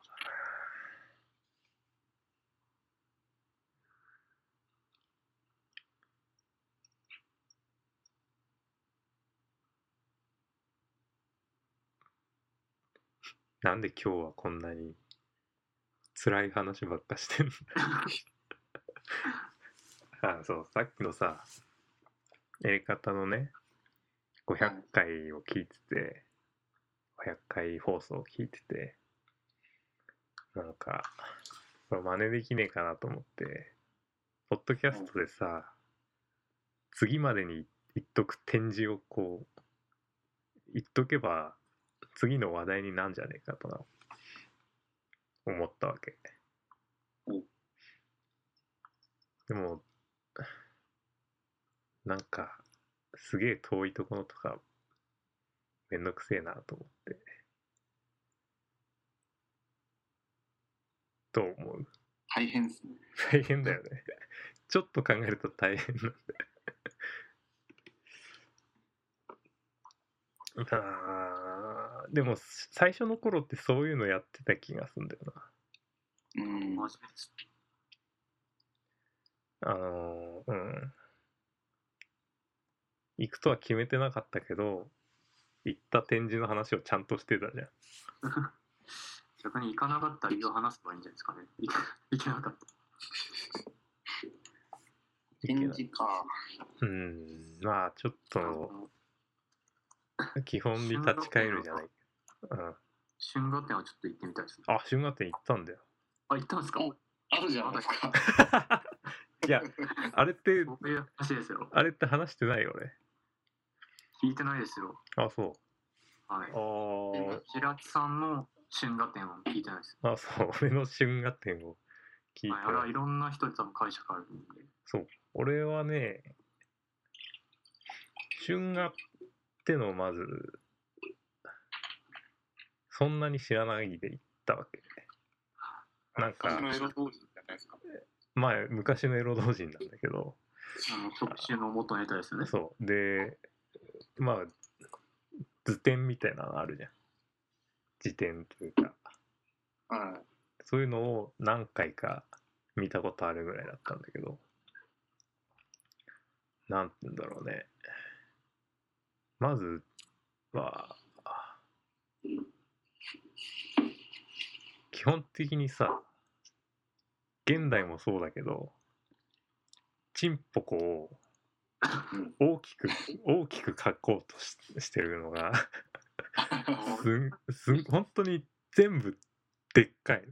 Speaker 1: だな。なんで今日はこんなに辛い話ばっかしてんのあそうさっきのさやり方のね500回を聞いてて、500回放送を聞いてて、なんか、これ真似できねえかなと思って、ポッドキャストでさ、次までに言っとく展示をこう、言っとけば、次の話題になんじゃねえかとな、思ったわけ
Speaker 2: うん。
Speaker 1: でも、なんか、すげえ遠いところとかめんどくせえなと思って。どう思う
Speaker 2: 大変ですね
Speaker 1: 大変だよね。ちょっと考えると大変なんだ。あーでも最初の頃ってそういうのやってた気がするんだよな。
Speaker 2: うん
Speaker 3: 真面目です
Speaker 1: あのーうん。行くとは決めてなかったけど、行った展示の話をちゃんとしてたじゃん。
Speaker 3: 逆に行かなかった理由を話せばいいんじゃないですかね行か行け なかった
Speaker 2: 展示か
Speaker 1: うん、まあちょっ
Speaker 3: あ
Speaker 1: と
Speaker 3: の
Speaker 1: 基本に立ち返るじゃない。うん、
Speaker 3: 春画展はちょっと行ってみたいですね
Speaker 1: あ、春画展行ったんだよ。
Speaker 3: あ、行ったんですか
Speaker 2: おあるじゃないですか。
Speaker 1: いや、あれって、
Speaker 3: そういう話ですよ。
Speaker 1: あれって話してないよね。
Speaker 3: 聞いてないですよ。
Speaker 1: あ、そ
Speaker 3: はい。
Speaker 1: う。
Speaker 3: 平木さんの春画展は聞いてないです。
Speaker 1: あーあ、そう。 俺の春画展を聞い
Speaker 3: はい、あれは
Speaker 1: て
Speaker 3: い。ろんな人で多分解釈あるんで。
Speaker 1: 俺はね、春画ってのをまず、そんなに知らないで行ったわけ。なんか
Speaker 2: 私のエロ当時じゃないですか。
Speaker 1: まあ、昔のエロ同人なんだけど、
Speaker 3: あの特集の元ネタですよね。
Speaker 1: そう。で、まあ、図典みたいなのあるじゃん。辞典というか。
Speaker 2: はい。
Speaker 1: そういうのを何回か見たことあるぐらいだったんだけど、なんて言うんだろうね。まずは、基本的にさ、現代もそうだけど、チンポコを
Speaker 2: うん
Speaker 1: 大きく、大きく書こうとししてるのが、すん、すん、本当に全部でっかい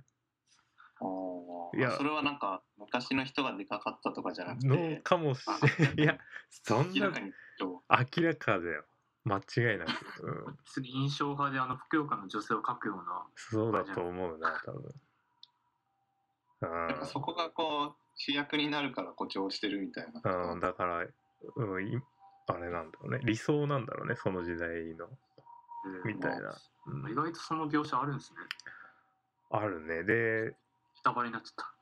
Speaker 1: の。い
Speaker 2: い
Speaker 1: や
Speaker 2: やそれはなんか昔の人がでかかったとかじゃなく
Speaker 1: の
Speaker 2: て
Speaker 1: かもしれ いやそん
Speaker 2: 明
Speaker 1: な
Speaker 2: らかに今
Speaker 1: 明らかだよ間違いなく、うん、
Speaker 3: 次、印象派であの、不教科の女性を描くような。
Speaker 1: そうだと思うな多分
Speaker 2: 日やっぱそこがこう主役になるから誇張してるみたいな
Speaker 1: うん、うん、だから、うん、いあれなんだろうね理想なんだろうねその時代の、
Speaker 3: えー
Speaker 1: みたいなうん
Speaker 3: 意外とその描写あるんですね。
Speaker 1: あるねで
Speaker 3: 下張りになっちゃっ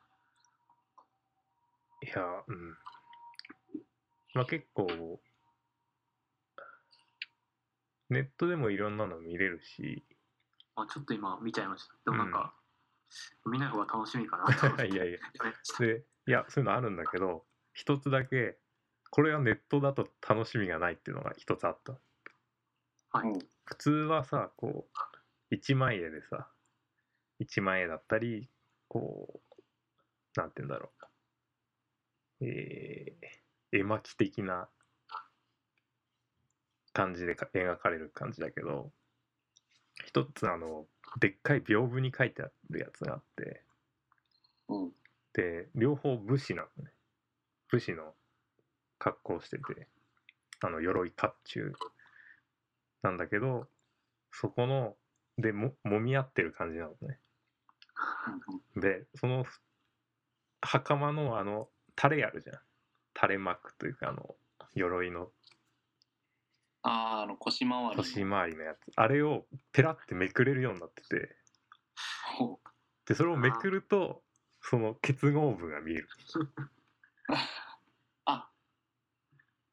Speaker 1: いやうんまあ結構ネットでもいろんなの見れるし
Speaker 3: た。あ、ちょっと今見ちゃいました。でもなんか、見ない方が楽しみかなと思っ
Speaker 1: い
Speaker 3: て。
Speaker 1: やいや
Speaker 3: やめました
Speaker 1: でいやそういうのあるんだけど一つだけこれはネットだと楽しみがないっていうのが一つあった
Speaker 3: はい
Speaker 2: うん
Speaker 1: 普通はさこう1万円でさ1万円だったりこうなんて言うんだろうえー絵巻的な感じでか描かれる感じだけど一つあのでっかい屏風に書いてあるやつがあって
Speaker 2: うん
Speaker 1: で両方武士なのね武士の格好をしててあの鎧甲冑なんだけどそこのでも揉み合ってる感じなのねでその袴のあの垂れあるじゃん垂れ幕というかあの鎧の
Speaker 2: あーあの腰回り
Speaker 1: 腰回りのやつあれをペラってめくれるようになってて
Speaker 2: ほう
Speaker 1: でそれをめくるとその結合部が見える
Speaker 2: あ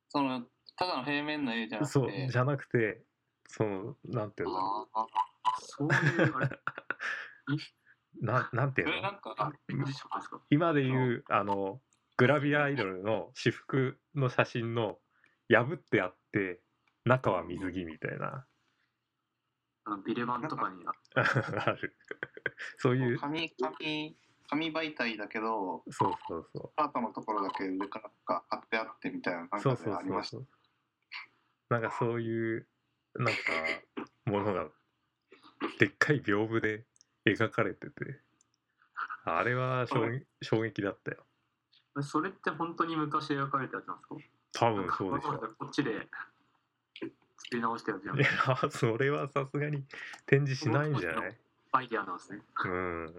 Speaker 2: そのただの平面の絵じゃなく
Speaker 1: そう
Speaker 2: て
Speaker 1: じゃなくてそのなんていうんだろう
Speaker 2: あー
Speaker 3: そういう、あれ、
Speaker 1: ななんてい
Speaker 2: そうれな
Speaker 1: の
Speaker 2: んか
Speaker 3: あびっくりしたんですか。
Speaker 1: 今で言うあのグラビアアイドルの私服の写真の破ってあって中は水着みたいな
Speaker 3: あのビレバンとかにあ
Speaker 1: あるそういう
Speaker 2: 紙紙紙媒体だけど
Speaker 1: そうそうそ
Speaker 2: パートのところだけ上からか貼ってあってみたいなな
Speaker 1: うんそう
Speaker 2: か
Speaker 1: そ
Speaker 2: で
Speaker 1: う
Speaker 2: あり
Speaker 1: そう
Speaker 2: ました
Speaker 1: そうなんかそういうなんかものがでっかい屏風で描かれててあれは衝撃衝撃だったよ
Speaker 3: えそれって本当に昔描かれたやつなんですか
Speaker 1: 多分そうでし
Speaker 3: わ
Speaker 1: ょ
Speaker 3: ざわざこっちで作り直したやつじゃん
Speaker 1: い。やそれはさすがに展示しないんじゃない
Speaker 3: アイデアなんですね。
Speaker 1: うん。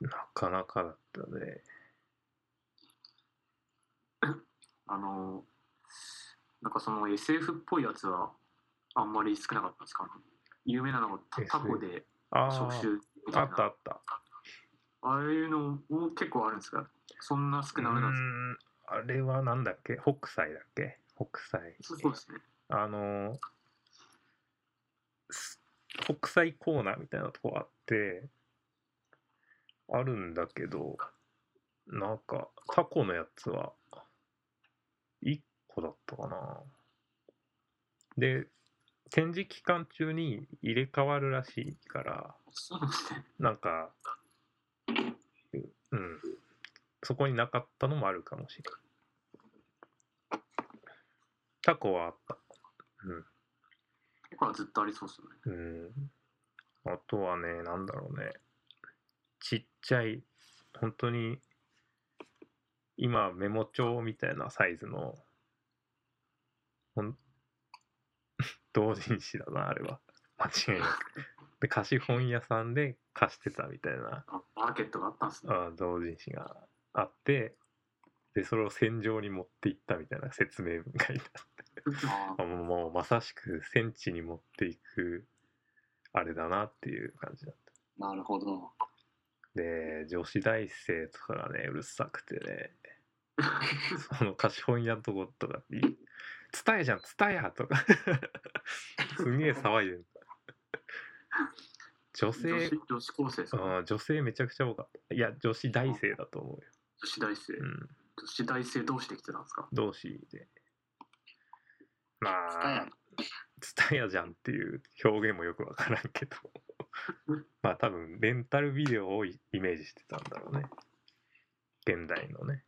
Speaker 1: なかなかだったね。
Speaker 3: あのなんかその SF っぽいやつはあんまり少なかったんですか有名なのがタ
Speaker 1: SF
Speaker 3: タコで
Speaker 1: あ
Speaker 3: 召
Speaker 1: ー
Speaker 3: 集みた
Speaker 1: あ
Speaker 3: い
Speaker 1: ったあ
Speaker 3: な
Speaker 1: った。
Speaker 3: ああいうのも結構あるんですかそんな
Speaker 1: う
Speaker 3: 少
Speaker 1: ー
Speaker 3: なめなんですか
Speaker 1: んあれはなんだっけ北斎だっけ北斎。
Speaker 3: そうそうですね。
Speaker 1: あのーす北斎コーナーみたいなとこあって、あるんだけど、なんか、タコのやつは、1個だったかな。で、展示期間中に入れ替わるらしいから、
Speaker 3: そうですね。
Speaker 1: なんか、うん、そこになかったのもあるかもしれない。タコはあった。
Speaker 3: ここはずっとありそうですよね。
Speaker 1: うん。あとはね、なんだろうね。ちっちゃい、本当に、今、メモ帳みたいなサイズの、ほん 同人誌だな、あれは。間違いなく。で、貸本屋さんで貸してたみたいな、
Speaker 3: あマーケットがあったんですね。
Speaker 1: あ同人誌があって、で、それを戦場に持っていったみたいな説明文がいた。
Speaker 3: あ
Speaker 1: あもうもうまさしく戦地に持っていくあれだなっていう感じだっ
Speaker 2: なるほど。
Speaker 1: たで女子大生とかがねうるさくて ねその貸本屋のとことかって「伝えじゃん伝えや!」とか すげえ騒いでる女
Speaker 3: 女
Speaker 1: 性
Speaker 3: 子女子高生ですか
Speaker 1: あー女性めちゃくちゃ多かったいや女子大生だと思うよ、
Speaker 3: 女子大生。
Speaker 1: うん、
Speaker 3: 女子大生同士で来てたんですか
Speaker 1: 同士でま
Speaker 2: 伝え
Speaker 1: あツタヤじゃんっていう表現もよくわからんけ どまあ多分レンタルビデオをイメージしてたんだろうね現代のね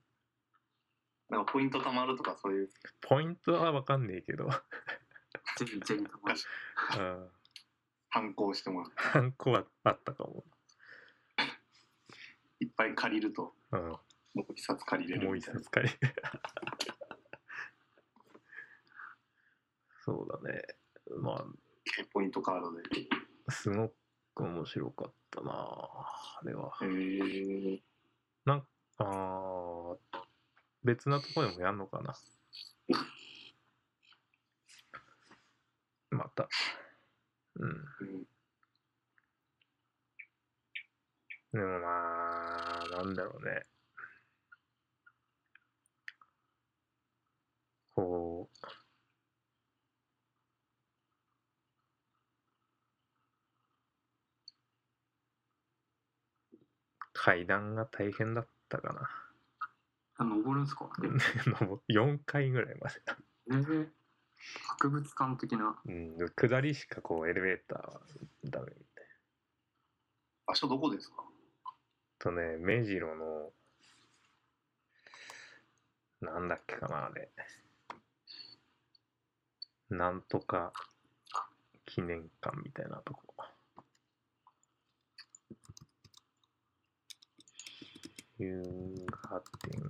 Speaker 2: なんかポイント貯まるとかそういう。
Speaker 1: ポイントはわかんねえけど
Speaker 3: ぜひぜひ友達。
Speaker 1: うん
Speaker 2: 反抗してもらう。
Speaker 1: ハンコはあったかも、
Speaker 2: いっぱい借りると、
Speaker 1: うん、
Speaker 2: もう一冊借りれる
Speaker 1: もう
Speaker 2: み
Speaker 1: 一
Speaker 2: たいな。
Speaker 1: 冊借り そうだねま
Speaker 2: ポイントカードで。
Speaker 1: あすごく面白かったなあれは
Speaker 2: えー、
Speaker 1: あー別なとこでもやんのかなまたうん
Speaker 2: うん
Speaker 1: でもまあなんだろうねこう階段が大変だったかな
Speaker 3: あ登るんですかでもね
Speaker 1: 4回ぐらいまで
Speaker 3: 博物館的な。
Speaker 1: うん、下りしかこうエレベーターはダメみたい
Speaker 2: 場所どこですか
Speaker 1: とね、目白の、なんだっけかな、あれ。なんとか記念館みたいなとこ。夕方店。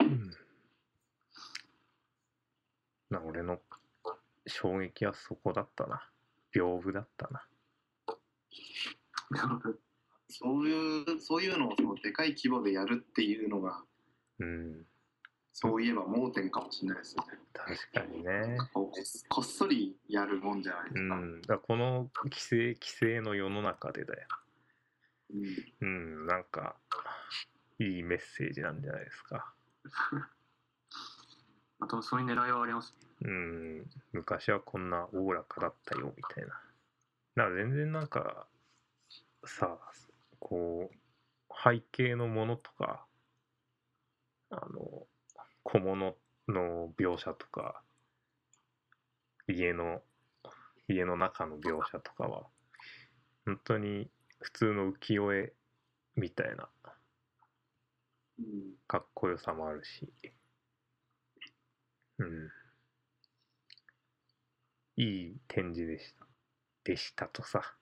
Speaker 1: うんな俺の衝撃はそこだったな屏風だったな
Speaker 2: そういう、そういうのをそのでかい規模でやるっていうのが、
Speaker 1: うん
Speaker 2: そういえば盲点かもしれないですよね。
Speaker 1: 確かに ね
Speaker 2: こうこっそりやるもんじゃないで
Speaker 1: う
Speaker 2: すか。
Speaker 1: んだからこの規制規制の世の中でだよ
Speaker 2: うん
Speaker 1: うんなんかいいメッセージなんじゃないですか
Speaker 3: あと、そういう狙いはあります。
Speaker 1: うん昔はこんなおおらかだったよみたいなだから全然なんかさこう背景のものとかあの小物の描写とか家の家の中の描写とかは本当に普通の浮世絵みたいな
Speaker 2: うん
Speaker 1: かっこよさもあるし、うん。いい展示でした。でしたとさ。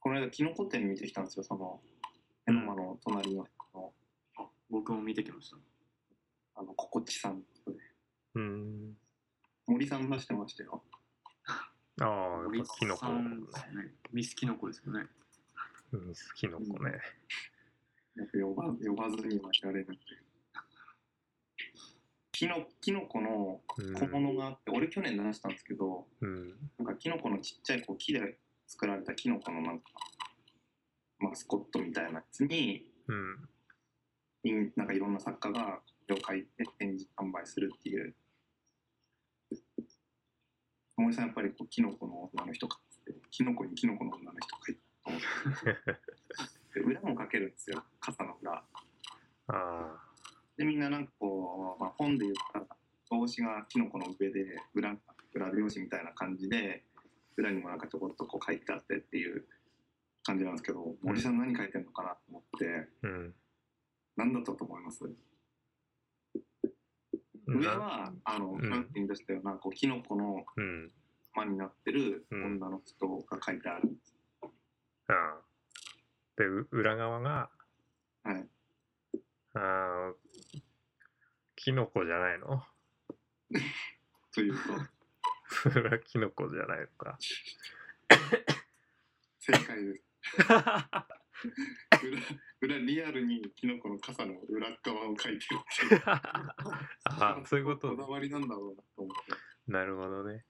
Speaker 2: この間、キノコ店見てきたんですよ、その、江ノ間の隣の、
Speaker 3: 僕も見てきました。
Speaker 2: あの、ココチさん。
Speaker 1: うん。
Speaker 2: 森さん出してましたよ。
Speaker 1: ああ、や
Speaker 3: 森
Speaker 1: っぱキノコ
Speaker 3: さ。んですよね。ミスキノコですよね。
Speaker 1: うん、キノコね。
Speaker 2: 呼ば呼ばずにはやれなくて。キノキノコの小物があって、俺去年出したんですけど、
Speaker 1: うん。
Speaker 2: なんかキノコのちっちゃいこう木で作られたキノコのなんかマスコットみたいなやつに、
Speaker 1: うん。
Speaker 2: いなんかいろんな作家が絵を描いて展示販売するっていう。森さんやっぱりこうキノコの女の人かって、キノコにキノコの女の人かいてと思って。で裏も描けるんですよ、傘の裏。ななんかこう、まあ、本で言ったら帽子がキノコの上で裏裏表紙みたいな感じで裏にもなんかちょこっとこう書いてあってっていう感じなんですけど森さん何書いてんのかなと思って
Speaker 1: うん。
Speaker 2: 何だったと思います上
Speaker 1: な
Speaker 2: はあの、
Speaker 1: ん
Speaker 2: なんて言い出したようなこうキノコの
Speaker 1: うん。
Speaker 2: まになってる
Speaker 1: うん
Speaker 2: 女の人が書いてある、
Speaker 1: ああで、う裏側が、
Speaker 2: はい、
Speaker 1: ああ、キノコじゃないの
Speaker 2: というと
Speaker 1: それはキノコじゃないの か。
Speaker 2: 正解 です裏裏リアルにキノコの傘の裏側を書いてるっていう
Speaker 1: あそういうこ
Speaker 2: ことだわりなんだろうなと思っ
Speaker 1: なるほどね。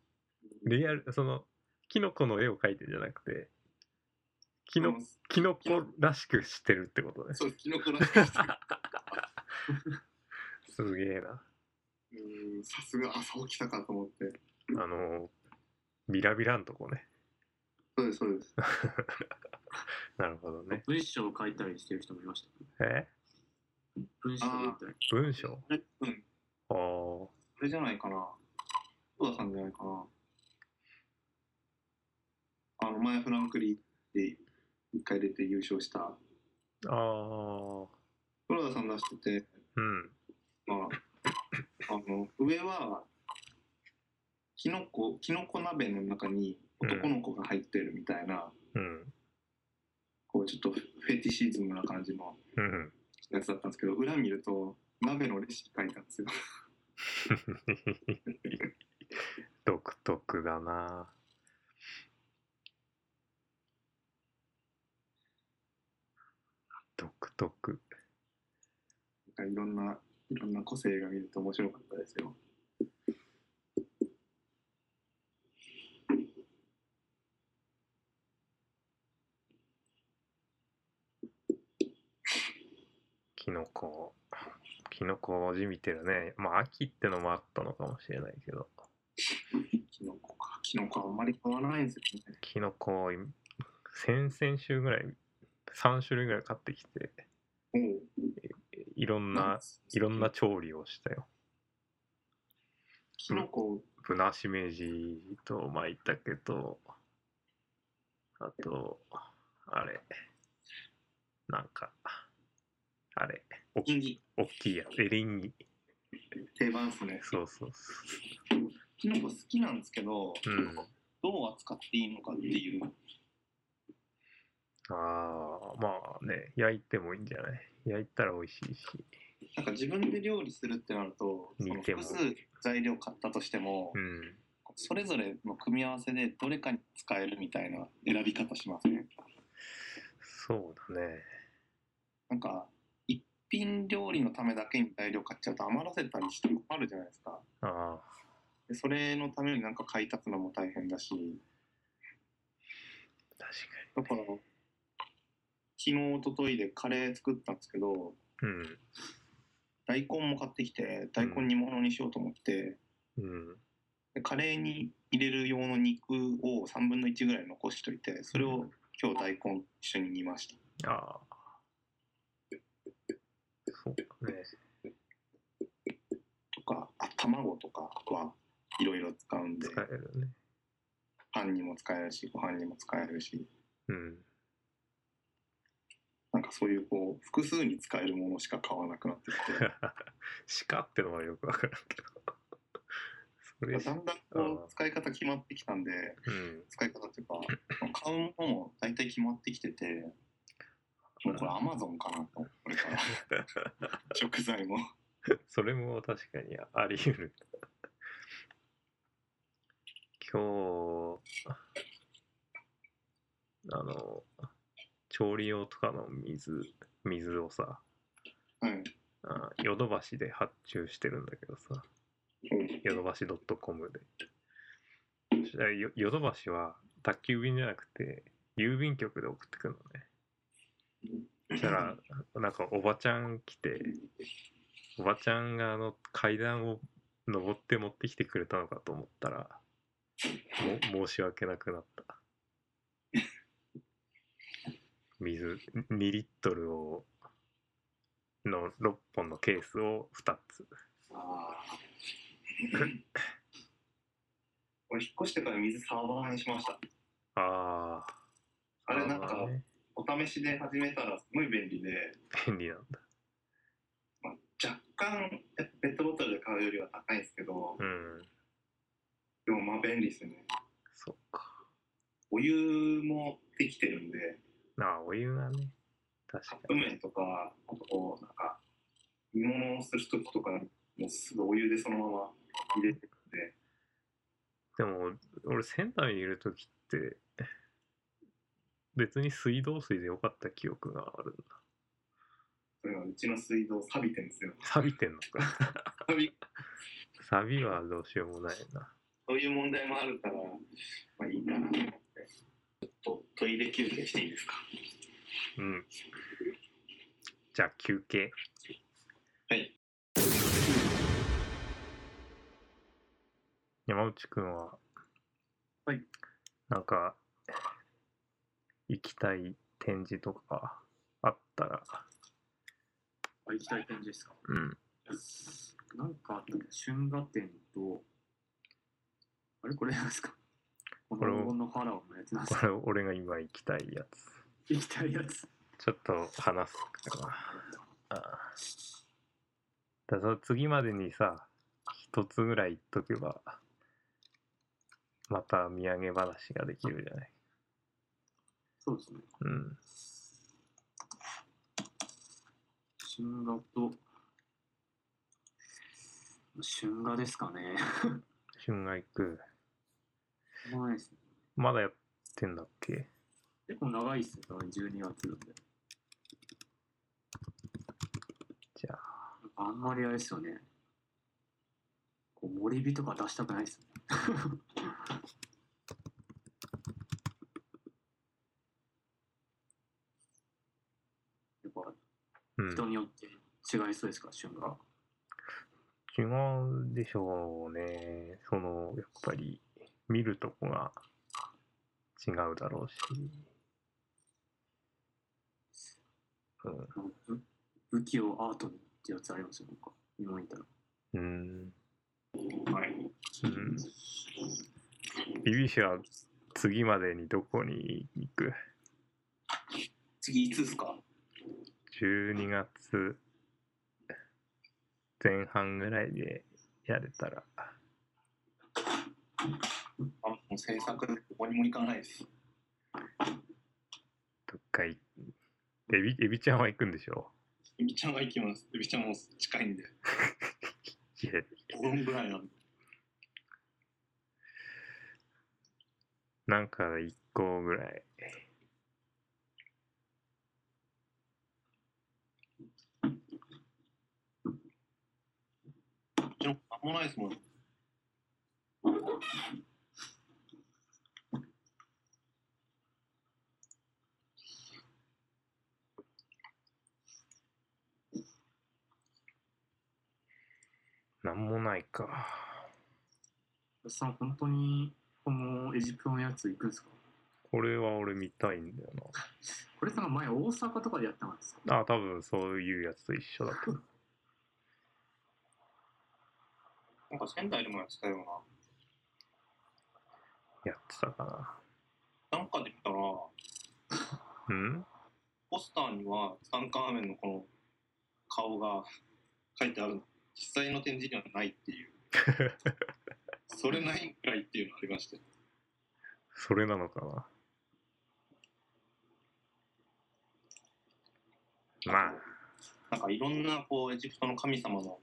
Speaker 2: て
Speaker 1: リアル、その、キノコの絵を描いてんじゃなくて、キノ
Speaker 2: あの
Speaker 1: キノコらしくしてるってことね。
Speaker 2: そうキノコらし くしてる
Speaker 1: すげえな。
Speaker 2: うんさすが朝起きたかと思って
Speaker 1: あの、ビラビラんとこね。
Speaker 2: そうですそうです
Speaker 1: なるほどね。
Speaker 3: 文章を書いたりしてる人もいましたよね。
Speaker 1: え
Speaker 3: 文章を書いたり。
Speaker 1: 文章
Speaker 2: えうん
Speaker 1: あー
Speaker 2: あれじゃないかな戸田さんじゃないかなあの前フランクリーで一回出て優勝した
Speaker 1: あー、
Speaker 2: 黒田さん出してて
Speaker 1: うん、
Speaker 2: まあ、あの上はきのこきのこ鍋の中に男の子が入ってるみたいな、
Speaker 1: うん、
Speaker 2: こうちょっとフェティシズムな感じの
Speaker 1: うん。
Speaker 2: やつだったんですけど裏見ると鍋のレシピ書いたんですよ
Speaker 1: 独特だな。独特。
Speaker 2: なんかいろんないろんな個性が見ると面白かったですよ
Speaker 1: キノコ。キノコじみてるね。まあ、秋ってのもあったのかもしれないけど。
Speaker 2: きのこかきのこはあんまり買わないんですよね
Speaker 1: キノコをい先々週ぐらい3種類ぐらい買ってきていろんな、いろんな調理をしたよ
Speaker 2: きのこ
Speaker 1: ブナシメジとマイタケとあとあれなんかあれお
Speaker 2: 金銀
Speaker 1: おっきいやつエリンギ
Speaker 2: 定番ですね
Speaker 1: そうそうそ
Speaker 2: きのこ好きなんですけど、
Speaker 1: ううん
Speaker 2: どう扱っていいのかっていう
Speaker 1: ああまあね焼いてもいいんじゃない焼いたら美味しいし
Speaker 2: なんか自分で料理するってなると、その
Speaker 1: 似ても
Speaker 2: 複数材料買ったとしても、
Speaker 1: うん
Speaker 2: それぞれの組み合わせでどれかに使えるみたいな選び方しますね。
Speaker 1: そうだね
Speaker 2: なんか、一品料理のためだけに材料買っちゃうと余らせたりしても困るじゃないですか。
Speaker 1: ああ
Speaker 2: でそれのためになんか買い足すのも大変だし、
Speaker 1: 確
Speaker 2: だから、昨日、一昨日でカレー作ったんですけど、
Speaker 1: かにうん
Speaker 2: 大根も買ってきて、大根煮物にしようと思って、
Speaker 1: うん
Speaker 2: でカレーに入れる用の肉を3分の1ぐらい残しといてそれを今日大根一緒に煮ました
Speaker 1: ああ。そうだね。
Speaker 2: とかあ卵とかはいろいろ使うんで
Speaker 1: 使えるね。
Speaker 2: パンにも使えるしご飯にも使えるし
Speaker 1: うん。
Speaker 2: なんかそういうこう複数に使えるものしか買わなくなって きて
Speaker 1: 鹿ってのはよくわからんけど。 それ
Speaker 2: だんだんこう使い方決まってきたんで
Speaker 1: うん。
Speaker 2: 使い方っていうか買うものも大体決まってきててもうこれアマゾンかなとこれから食材も
Speaker 1: それも確かにあり得る。今日、あの、調理用とかの水、水をさ、
Speaker 2: はい
Speaker 1: あヨドバシで発注してるんだけどさ。
Speaker 2: うん
Speaker 1: ヨドバシ .com で。そしたらヨヨドバシは宅急便じゃなくて郵便局で送ってくるのね。そしたらなんかおばちゃん来ておばちゃんがあの階段を登って持ってきてくれたのかと思ったらも申し訳なくなった。水2リットルをの6本のケースを2つ
Speaker 2: あー 俺引っ越してから水サーバーにしました
Speaker 1: あー
Speaker 2: あれなんか
Speaker 1: ーね
Speaker 2: お試しで始めたらすごい便利で、
Speaker 1: 便利なんだ
Speaker 2: まあ、若干ペットボトルで買うよりは高いんですけど
Speaker 1: うん
Speaker 2: でもまあ便利ですよね
Speaker 1: そっか
Speaker 2: お湯もできてるんで
Speaker 1: あーお湯がね確
Speaker 2: カッ
Speaker 1: か
Speaker 2: プ
Speaker 1: に
Speaker 2: 麺とか、あとこう、なんか、煮物をするときとか、もうすぐお湯でそのまま入れてくんで、
Speaker 1: でも俺仙台にいる時って別に水道水でよかった記憶があるな
Speaker 2: それはうちの水道錆びてるんですよ。
Speaker 1: 錆びてんのか
Speaker 2: 錆び、
Speaker 1: 錆びはどうしようもないな
Speaker 2: そういう問題もあるから、まあいいかなと思って。ちょっとトイレ休憩していいですか
Speaker 1: うんじゃあ休憩
Speaker 2: はい。
Speaker 1: 山内くんは、
Speaker 3: はい、
Speaker 1: なんか行きたい展示とかあったら
Speaker 3: あ行きたい展示ですか
Speaker 1: うん
Speaker 3: なんかあったね春画展と、あれこれなんですかこ
Speaker 1: れを
Speaker 3: の黄金のファラオのやつなんです
Speaker 1: こ
Speaker 3: か
Speaker 1: れ俺が今行きたいやつ
Speaker 3: 行きたいやつ。
Speaker 1: ちょっと話すかなああだからその次までにさ一つぐらい言っとけばまた土産話ができるじゃない
Speaker 3: そうですね。
Speaker 1: うん
Speaker 3: 春画と、春画です かね。
Speaker 1: 春が行く
Speaker 3: もうないですね。
Speaker 1: まだやってんだっけ
Speaker 3: 結構長いっすね。多分12月なんで。
Speaker 1: じゃあ
Speaker 3: あんまりあれですよね。こう森火とか出したくないですね。 やっぱ
Speaker 1: うん
Speaker 3: 人によって違いそうですか、旬が。
Speaker 1: 違うでしょうねそのやっぱり見るとこが違うだろうし
Speaker 3: なんかぶ武器をアートにってやつありますよ、なんか。日本にいたら。
Speaker 1: うん
Speaker 2: はい。
Speaker 1: うんビビシは次までにどこに行く
Speaker 2: 次いつですか
Speaker 1: 12月前半ぐらいでやれたら
Speaker 2: あ、もう制作でここにも行かないです。
Speaker 1: どっかいエビエビちゃんは行くんでしょ
Speaker 2: エビちゃんが行きます。エビちゃんも近いんで、
Speaker 1: いや
Speaker 2: 5分ぐらいなんで。
Speaker 1: なんか1個ぐらい
Speaker 2: うちのなんもないですもん。
Speaker 1: なんもないか
Speaker 3: おっさん、本当にこのエジプトのやつ行くんですか
Speaker 1: これは俺見たいんだよ
Speaker 3: これさ、前大阪とかでやったんですか
Speaker 1: なあ多分そういうやつと一緒だと
Speaker 2: なんか仙台でもやってたような。
Speaker 1: やってたか
Speaker 2: なんかで見たら、
Speaker 1: なうん
Speaker 2: ポスターにはツタンカーメンのこの顔が 書いてある実際の展示にはないっていうそれないんかいっていうのありまして
Speaker 1: それなのかなまあ
Speaker 2: なんかいろんなこうエジプトの神様の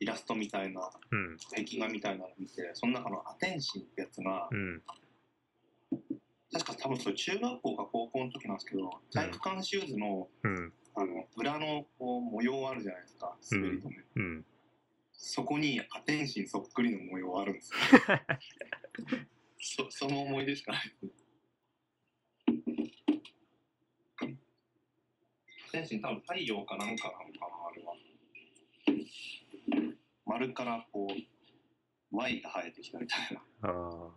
Speaker 2: イラストみたいな
Speaker 1: うん
Speaker 2: 壁画みたいなの見てその中のアテンシンってやつが
Speaker 1: うん
Speaker 2: 確か多分それ中学校か高校の時なんですけど体育館シューズの
Speaker 1: うん
Speaker 2: あの裏のこう模様あるじゃないですか滑り止め、
Speaker 1: うん
Speaker 2: そこにアテンシンそっくりの模様あるん ですよそその思い出しかないアテンシン多分太陽かなんかなのかなあれは丸からこう Y が生えてきたみたいな
Speaker 1: ああ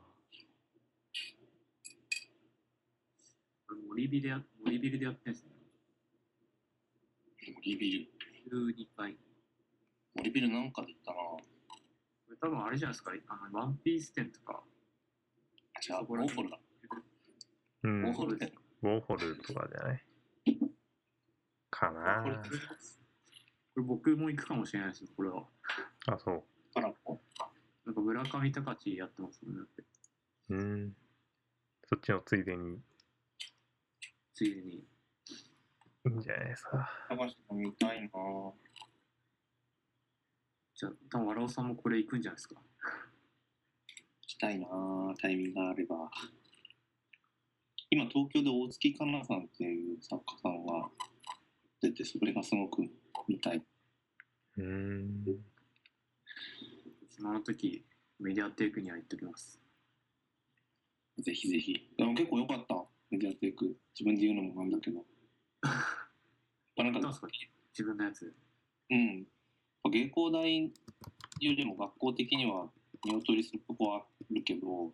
Speaker 3: 森火でや森火でやってんですね。
Speaker 2: リビル
Speaker 3: 12回。
Speaker 2: 森ビルなんかで行ったな
Speaker 3: これ多分あれじゃないですか、あのワンピース店とか、
Speaker 2: じゃあ、ウォーホルだ。
Speaker 1: うん、
Speaker 2: ウ
Speaker 1: ウ
Speaker 2: ォーホル店。
Speaker 1: ォーホルとかじゃないか
Speaker 2: ウォーホル
Speaker 1: な
Speaker 2: 店。
Speaker 3: これ僕も行くかもしれないですよ、これは。
Speaker 1: あ、そ
Speaker 2: コラボ
Speaker 3: なんか村上隆やってますもんね。
Speaker 1: う。うん。そっちのついでに
Speaker 3: ついでに。
Speaker 1: いいんじゃないですか。
Speaker 2: 高橋も見たいなぁ。
Speaker 3: じゃあ、多分荒尾さんもこれ行くんじゃないですか。
Speaker 2: したいなぁ、タイミングがあれば。今、東京で大月かなさんっていう作家さんが出て、それがすごく見たい。
Speaker 1: うん。
Speaker 3: 暇の時、メディアテイクには行ってきます。
Speaker 2: ぜひぜひ。でも結構良かった。メディアテイク。自分で言うのもなんだけど。まあなん
Speaker 3: どう
Speaker 2: か
Speaker 3: ですか自分のやつ。
Speaker 2: うん。芸工大よりも学校的には見劣りするとこはあるけど、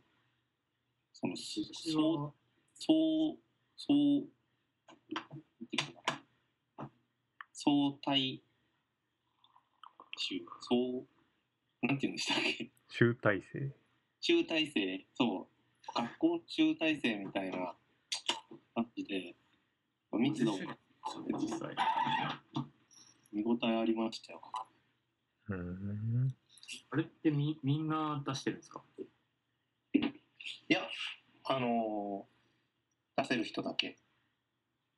Speaker 2: その、そう、そう、そう、なんていうのかな相対集、そう、なんていうんでしたっけ
Speaker 1: 集大成。
Speaker 2: 集大成、そう、学校集大成みたいな感じで、密度、
Speaker 3: 実際。
Speaker 2: 見応えありましたよ。
Speaker 1: うん。
Speaker 3: あれってみみんな出してるんですか
Speaker 2: いや、あのー出せる人だけ。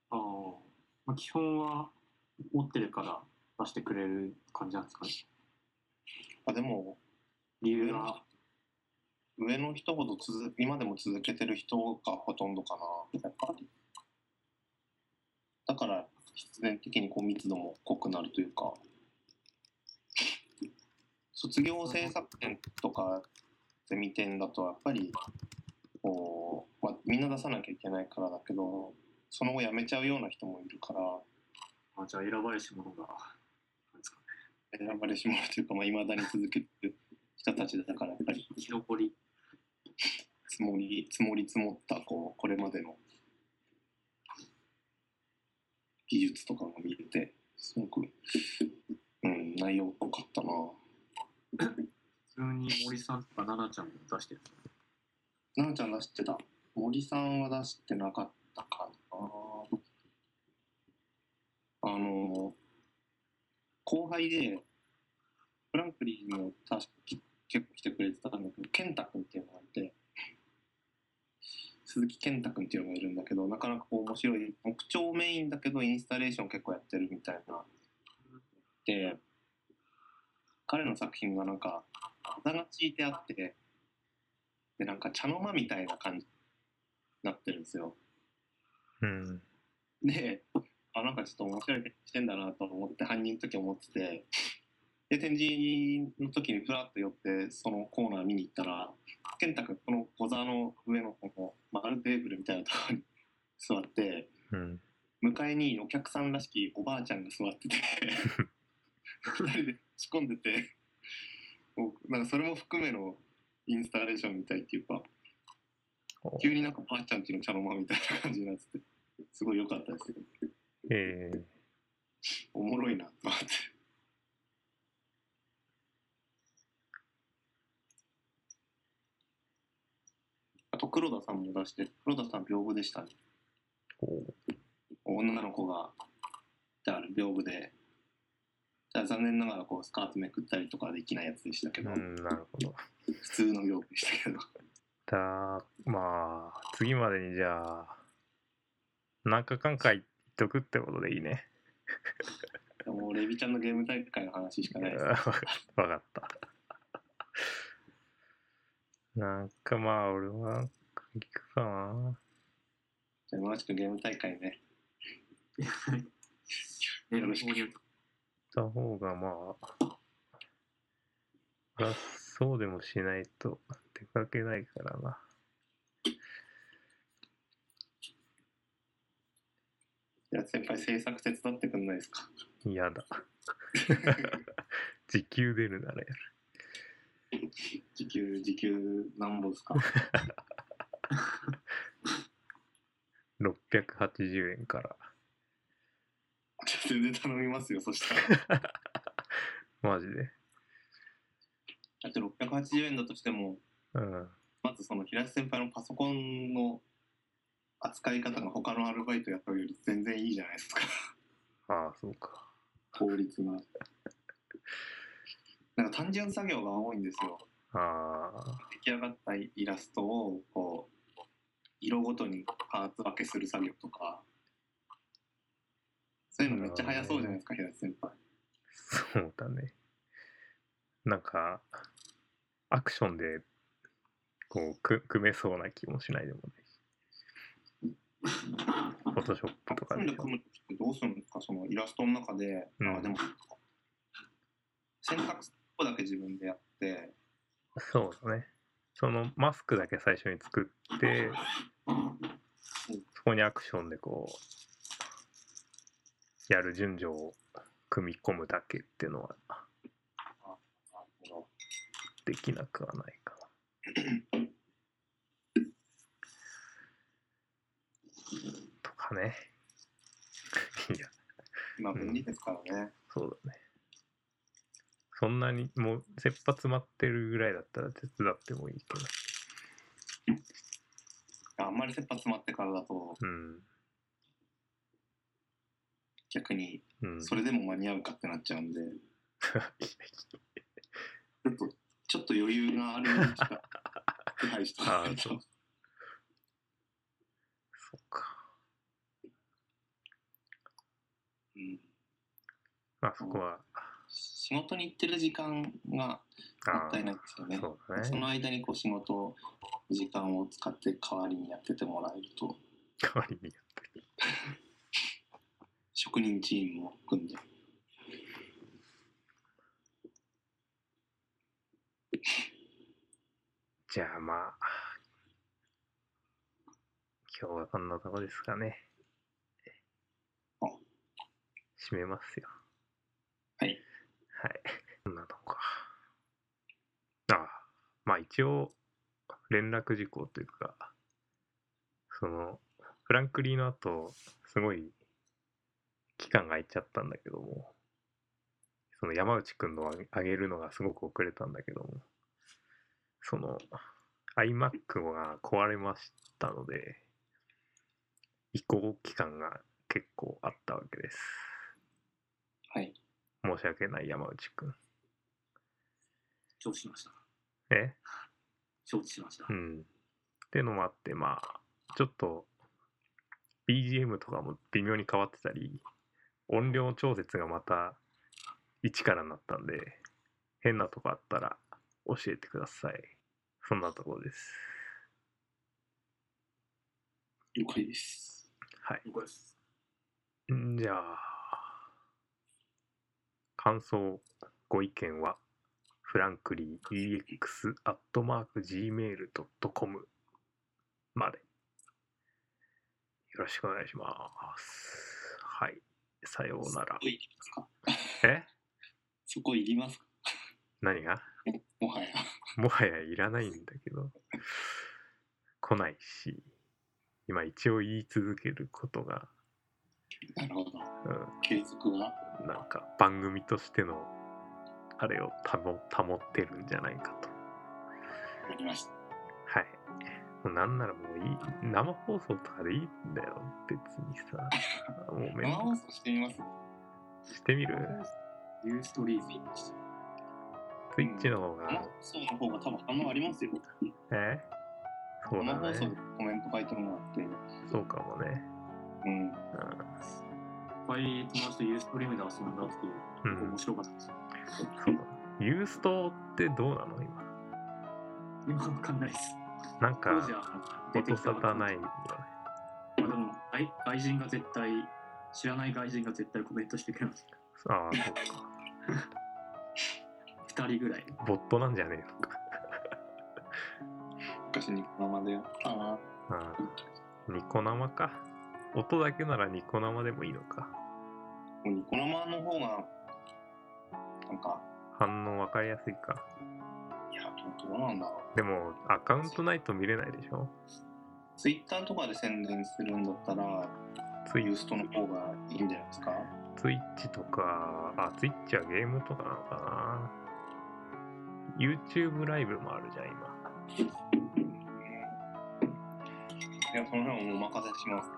Speaker 3: ああ。まあ、基本は持ってるから出してくれる感じなんですかね。
Speaker 2: あでも、
Speaker 3: 理由が。
Speaker 2: 上の人ほど続今でも続けてる人がほとんどかなやっぱりだから必然的にこう密度も濃くなるというか卒業制作展とかゼミ展だとやっぱりこう、まあ、みんな出さなきゃいけないからだけどその後辞めちゃうような人もいるから
Speaker 3: あじゃあ、選ばれし者が。なんですかね。
Speaker 2: 選ばれし者というかいまあ、未だに続けてる人たちだからやっぱり
Speaker 3: 生き残り。
Speaker 2: 積もり積もり積もったこうこれまでの技術とかが見れてすごく、うん、内容濃かったな
Speaker 3: 普通に森さんとか奈々ちゃんも出してるんですか
Speaker 2: 奈々ちゃん出してた森さんは出してなかったかなあの後輩でグランプリにも確か結構来てくれてたんだけど健太君っていうのがいて鈴木健太君っていうのがいるんだけどなかなかこう面白い木彫メインだけどインスタレーション結構やってるみたいなで彼の作品がなんかあだがついてあってでなんか茶の間みたいな感じになってるんですよ
Speaker 1: うん。
Speaker 2: であなんかちょっと面白いことしてんだなと思って犯人の時思っててで展示の時にふらっと寄ってそのコーナー見に行ったら健太君この小座の上のこの丸テーブルみたいなところに座って
Speaker 1: うん。
Speaker 2: 向かいにお客さんらしきおばあちゃんが座ってて二人で仕込んでてこうなんかそれも含めのインスタレーションみたいっていうか
Speaker 1: お
Speaker 2: 急になんかばあちゃんちの茶の間みたいな感じになっててすごい良かったですよ
Speaker 1: えー、
Speaker 2: おもろいなと思ってあと黒田さんも出して黒田さん屏風でしたね
Speaker 1: こう。
Speaker 2: 女の子がである屏風でだから残念ながらこうスカートめくったりとかはできないやつでしたけど、
Speaker 1: うん、なるほど。
Speaker 2: 普通の屏風でしたけど
Speaker 1: だ、まあ、次までにじゃあ、何かかんか言っとくってことでいいね。
Speaker 2: でもレビちゃんのゲーム大会の話しかないです
Speaker 1: わかったわかった。なんかまあ、俺はなんか聞くかな。
Speaker 2: じゃあしくゲーム大会ね
Speaker 3: え
Speaker 2: よろしく
Speaker 3: 森
Speaker 1: 行った方がまあ、あそうでもしないと出かけないからな。
Speaker 2: じゃあ先輩制作手伝ってくんないですか
Speaker 1: 嫌だ。時給出るならやる。
Speaker 2: 時給時給なんぼです か
Speaker 1: 680円から。
Speaker 2: ちょっと全然頼みますよそしたら
Speaker 1: マジで。
Speaker 4: だって680円だとしても、
Speaker 1: うん。
Speaker 2: まずその平瀬先輩のパソコンの扱い方が他のアルバイトやったより全然いいじゃないですか
Speaker 1: ああ、そうか。
Speaker 2: 効率がなんか単純作業が多いんですよ
Speaker 1: ああ、
Speaker 2: 出来上がったイラストをこう色ごとにパーツ分けする作業とかそういうのめっちゃ早そうじゃないですか平瀬先輩
Speaker 1: そうだね。なんか、アクションで、こうく、組めそうな気もしないでもないし。フォトショップとか
Speaker 2: 組ん
Speaker 1: で
Speaker 2: で
Speaker 1: しょ
Speaker 2: 組。む時ってどうするんですかそのイラストの中で、
Speaker 1: うん
Speaker 2: あでも選択するとこだけ自分でやって
Speaker 1: そうだね。そのマスクだけ最初に作って、そこにアクションでこう、やる順序を組み込むだけっていうのはできなくはないかな。とかね。いや、
Speaker 2: 今便利ですからね、
Speaker 1: そうだね。そんなにもう切羽詰まってるぐらいだったら手伝ってもいいけど。
Speaker 2: あんまり切羽詰まってからだと
Speaker 1: うん。
Speaker 2: 逆に
Speaker 1: うん。
Speaker 2: それでも間に合うかってなっち ゃうんで、ちょっとちょっと余裕がある時期が手配しておかないと
Speaker 1: あーそうそうか。
Speaker 2: うん
Speaker 1: まあそこは、
Speaker 2: 仕事に行ってる時間が
Speaker 1: あ
Speaker 2: もったい
Speaker 1: ー
Speaker 2: ないですよね。
Speaker 1: そうだ
Speaker 2: そ
Speaker 1: ね。
Speaker 2: の間にこう仕事時間を使って代わりにやっててもらえると
Speaker 1: 代わりにやってる。
Speaker 2: 職人チームを組んで
Speaker 1: じゃあまあ、今日はこんなとこですかね
Speaker 2: あ。
Speaker 1: 締めますよ。
Speaker 2: はい。
Speaker 1: はい。こんなとこか。ああ、まあ一応、連絡事項というか、その、フランクリーの後、すごい、期間が空いちゃったんだけども、その山内くんのあげあげるのがすごく遅れたんだけども、その iMac が壊れましたので、移行期間が結構あったわけです。
Speaker 2: はい。
Speaker 1: 申し訳ない山内くん。
Speaker 3: 承知しました。
Speaker 1: え
Speaker 3: 承知しました
Speaker 1: う。ん。ってのもあって、まあ、ちょっと BGM とかも微妙に変わってたり、音量調節がまた一からになったんで、変なとこあったら教えてください。そんなところです。
Speaker 4: 了解です。
Speaker 1: はい。
Speaker 3: 了解です。
Speaker 1: んじゃあ、感想、ご意見は、フランクリー EX.gmail.com まで。よろしくお願いします。はい。さようなら
Speaker 4: そこ。いりますか
Speaker 1: え
Speaker 4: そこいりますか
Speaker 1: 何が
Speaker 4: も はや。
Speaker 1: もはやいらないんだけど、来ないし、今一応言い続けることが、
Speaker 4: なるほど。
Speaker 1: うん、
Speaker 4: 継続は
Speaker 1: なんか番組としてのあれを保保ってるんじゃないかと。
Speaker 4: ありました。
Speaker 1: はい。もうなんならもういい。生放送とかでいいんだよ。別にさ。もうめ
Speaker 2: 生放
Speaker 1: ん
Speaker 2: 送してみます
Speaker 1: してみる
Speaker 3: ニューストリーズ。
Speaker 1: ?Twitch の方
Speaker 4: 生放
Speaker 1: が。
Speaker 4: 送の方が多分反応ありますよ。
Speaker 1: えそう
Speaker 2: 生
Speaker 1: だ
Speaker 2: 放送で
Speaker 1: ね。
Speaker 2: コメント書いてもらって、
Speaker 1: そうかもね。
Speaker 2: うん、
Speaker 3: いっぱい友達とユーストリームで遊んだっていう、
Speaker 1: うん。う
Speaker 3: 面
Speaker 1: ん。
Speaker 3: 白かったです。
Speaker 1: そうだ。ユーストってどうなの今。
Speaker 3: 今わかんないです。
Speaker 1: なんか、
Speaker 3: 当時は出て
Speaker 1: 音
Speaker 3: きた
Speaker 1: 沙
Speaker 3: ばっか
Speaker 1: 汰
Speaker 3: り
Speaker 1: ないよね。
Speaker 3: まあでも外外人が絶対知らない外人が絶対コメントしてくれます
Speaker 1: ああ、そっか。
Speaker 3: 2人ぐらい
Speaker 1: ボットなんじゃねえのか。
Speaker 2: 昔ニコ生でやったな
Speaker 1: ああニコ生か。音だけならニコ生でもいいのか。
Speaker 2: もうニコ生の方がなんか
Speaker 1: 反応分かりやすいか。
Speaker 2: いやどうなんだろう
Speaker 1: でも、アカウントないと見れないでしょ
Speaker 2: ツイッターとかで宣伝するんだったら
Speaker 1: ツイ
Speaker 2: ユーストの方がいいんじゃないですか
Speaker 1: ツイッチとか、あ、ツイッチはゲームとかなのかな。YouTube ライブもあるじゃん、今。
Speaker 5: いや、その辺はもうお任せします。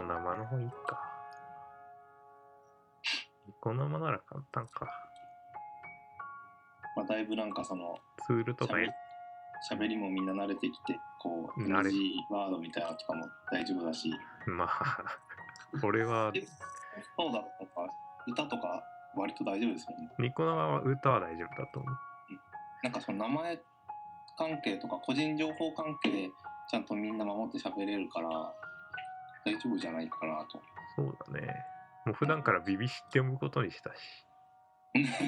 Speaker 1: うん。生の方いいか。ニコ生なら簡単か。
Speaker 2: まあ、だいぶなんかその
Speaker 1: ツールと
Speaker 2: しゃ
Speaker 1: か
Speaker 2: べ喋りもみんな慣れてきてこう
Speaker 1: 慣れ
Speaker 2: NG ワードみたいなのとかも大丈夫だし
Speaker 1: まあ、 俺は
Speaker 2: でそうだとか歌とか割と大丈夫ですよね
Speaker 1: ニコ生は歌は大丈夫だと思う。
Speaker 2: なんかその名前関係とか個人情報関係ちゃんとみんな守って喋れるから大丈夫じゃないかなと
Speaker 1: そうだね。もう普段からビビ知って読むことにしたし。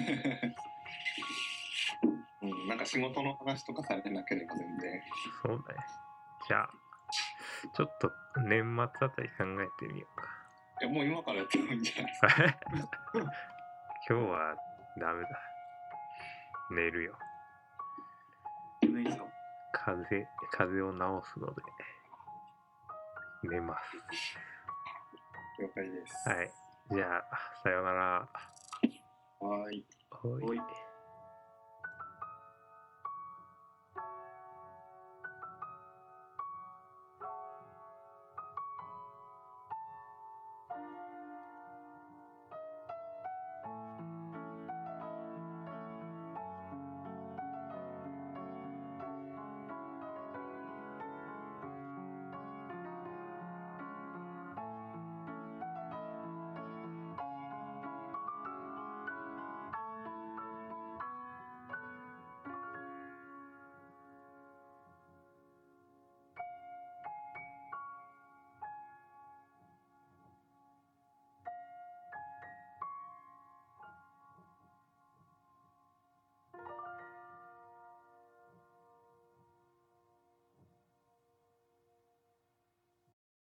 Speaker 5: うん、なんか仕事の話とかされてなければ全然。
Speaker 1: そうだね。じゃあ、ちょっと年末あたり考えてみようか。
Speaker 5: い や、もう今からやってもいいんじゃないですか。
Speaker 1: 今日はダメだ。寝るよ。
Speaker 3: 自分以上
Speaker 1: 風邪、風邪を治すので。寝ます。
Speaker 5: 了解です。
Speaker 1: はい。じゃあ、さようなら。
Speaker 5: はい。
Speaker 1: ほい
Speaker 3: おい